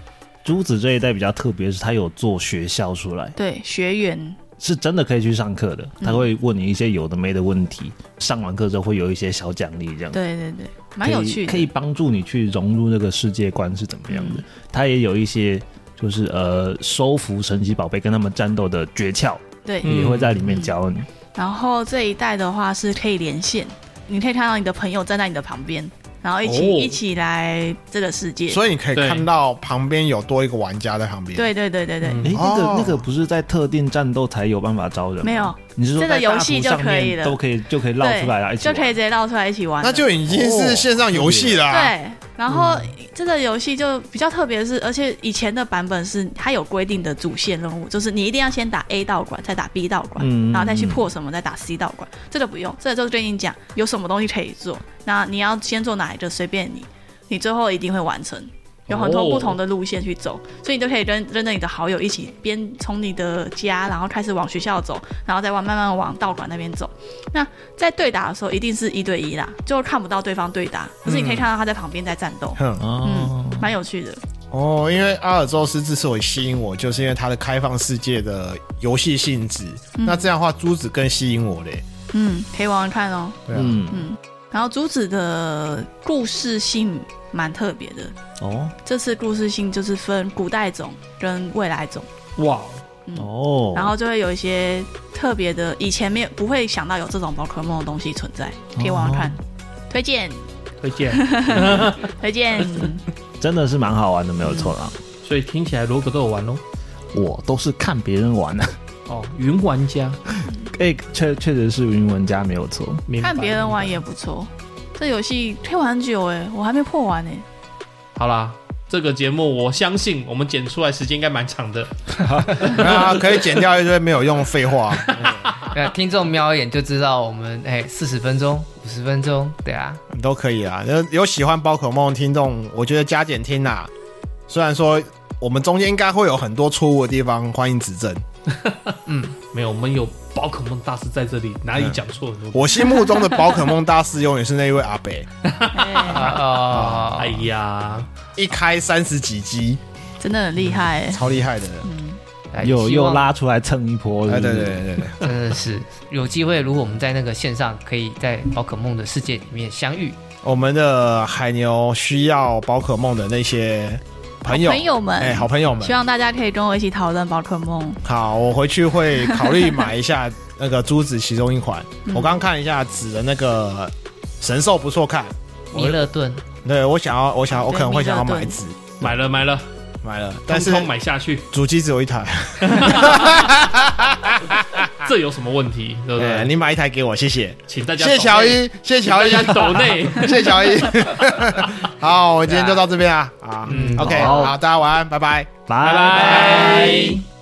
S5: 珠子这一代比较特别，是它有做学校出来，
S1: 对学员，
S5: 是真的可以去上课的。
S1: 嗯
S5: 他会问你一些有的没的问题，上完课之后会有一些小奖励，这样
S1: 对对对，蛮有趣的。嗯
S5: 可以可以帮助你去融入那个世界观是怎么样的。它也有一些就是呃收服神奇宝贝跟他们战斗的诀窍，
S1: 对，
S2: 嗯
S5: 也会在里面教你。
S1: 然后这一代的话是可以连线，你可以看到你的朋友站在你的旁边，然后一起、
S2: 哦
S1: 一起来这个世界
S4: 对，。所以你可以
S2: 对
S4: 看到旁边有多一个玩家在旁边。
S1: 对对对对对，
S2: 嗯
S5: 哎、那个、
S4: 哦
S5: 那个不是在特定战斗才有办法招人吗？
S1: 没有，
S5: 你是说
S1: 这个
S5: 在大
S1: 游戏
S5: 图
S1: 就
S5: 上
S1: 可以
S5: 面
S1: 了
S5: 都可以就可以绕出来了，
S1: 对
S5: 一起
S1: 就可以
S5: 玩
S1: 直接绕出来一起玩了。
S4: 那就已经是线上游戏啦、
S5: 啊
S1: 对，然后
S5: 嗯
S1: 这个游戏就比较特别是，而且以前的版本是它有规定的主线任务，就是你一定要先打 A 道馆，再打 B 道馆，
S5: 嗯
S1: 然后再去破什么，再打 C 道馆。这个不用，这个就是跟你讲有什么东西可以做，那你要先做哪一个随便你，你最后一定会完成。有很多
S2: 哦
S1: 不同的路线去走，所以你就可以跟跟着你的好友一起，边从你的家，然后开始往学校走，然后再往慢慢往道馆那边走。那在对打的时候，一定是一对一啦，就看不到对方对打，可是
S5: 嗯
S1: 你可以看到他在旁边在战斗，
S4: 哼。
S5: 哦
S1: 嗯，蛮有趣的。
S4: 哦，因为阿尔宙斯之所以吸引我，就是因为它的开放世界的游戏
S1: 嗯
S4: 性质。那这样的话，珠子更吸引我嘞。 [LAUGHS]
S1: 嗯，可以玩玩看哦。
S4: 对啊，
S5: 嗯
S1: 然然后竹子的故事性蛮特别的，
S5: 哦
S1: 这次故事性就是分古代种跟未来种，
S4: 嗯
S2: 哇，
S5: 哦，
S1: 然后就会有一些特别的，以前没有不会想到有这种宝可梦的东西存在，可以玩玩看，
S5: 哦
S1: 推荐
S2: 推
S4: [LAUGHS]
S2: 荐。
S1: 推荐，
S5: [LAUGHS] 真的是蛮好玩的，没有错啦。
S2: 所以听起来罗格都有玩哦。
S4: 嗯
S5: 我都是看别人玩的，
S2: 哦，云玩家，
S5: 哎、确确实是云玩家没有错。
S2: 明白
S1: 看别人玩也不错。这游戏可以玩很久哎、我还没破完哎、
S5: [LAUGHS]
S2: 好啦。这个节目我相信我们剪出来时间应该蛮长的，
S4: 那可以剪掉一堆没有用的废话。
S3: 那啊听众瞄一眼就知道我们哎四十分钟、五十分钟，对啊，
S4: 都可以啊。有有喜欢宝可梦的听众，我觉得加减听啊。虽然说我们中间应该会有很多错误的地方，欢迎指正。
S2: 没有我们有宝可梦大师在这里，哪里讲错了？
S4: 嗯我心目中的宝可梦大师永远是那一位阿北，
S3: 啊
S1: 哎
S3: 哦，
S2: 哎呀，
S4: 一开三十几集，
S1: 真的很厉害、欸，
S4: [LAUGHS]
S5: [LAUGHS]
S4: 超厉害的。
S3: 哎
S5: 又
S3: 希望
S5: 又拉出来蹭一波，
S4: 哎，
S5: 是
S4: [LAUGHS]
S5: 不
S4: 对
S5: 是
S4: 对对
S3: 真
S4: 对，
S3: 的是有机会，如果我们在那个线上可以在宝可梦的世界里面相遇，
S4: 我们的海牛需要宝可梦的那些朋友，
S1: 朋友们，
S4: 哎，好朋友们
S1: 希，望大家可以跟我一起讨论宝可梦。
S4: 好，我回去会考虑买一下那个珠子其中一款。
S1: 嗯
S4: 我刚刚看一下子的那个神兽不错看，
S3: 弥勒顿
S4: 对我想要，我想要，我可能会想要
S1: 对
S4: 买
S1: 弥勒顿
S4: 子。
S2: 买了买了，
S4: 买了，但
S2: 但
S4: 是
S2: 是买下去，
S4: 主机只有一台。
S2: 这有什么问题？对不
S4: 哎
S2: 对？
S4: 你买一台给我，谢谢，
S2: 请大家
S4: 谢谢乔
S2: 抖内，
S4: 伊，谢谢
S2: 请
S4: 乔
S2: 大
S4: 伊，
S2: 家抖内，
S4: 谢谢乔伊。好，我今天就到这边啊，啊
S2: 嗯
S4: ，OK，
S5: 好
S4: [LAUGHS] 好，大家晚安，拜拜。
S5: 拜
S2: 拜拜。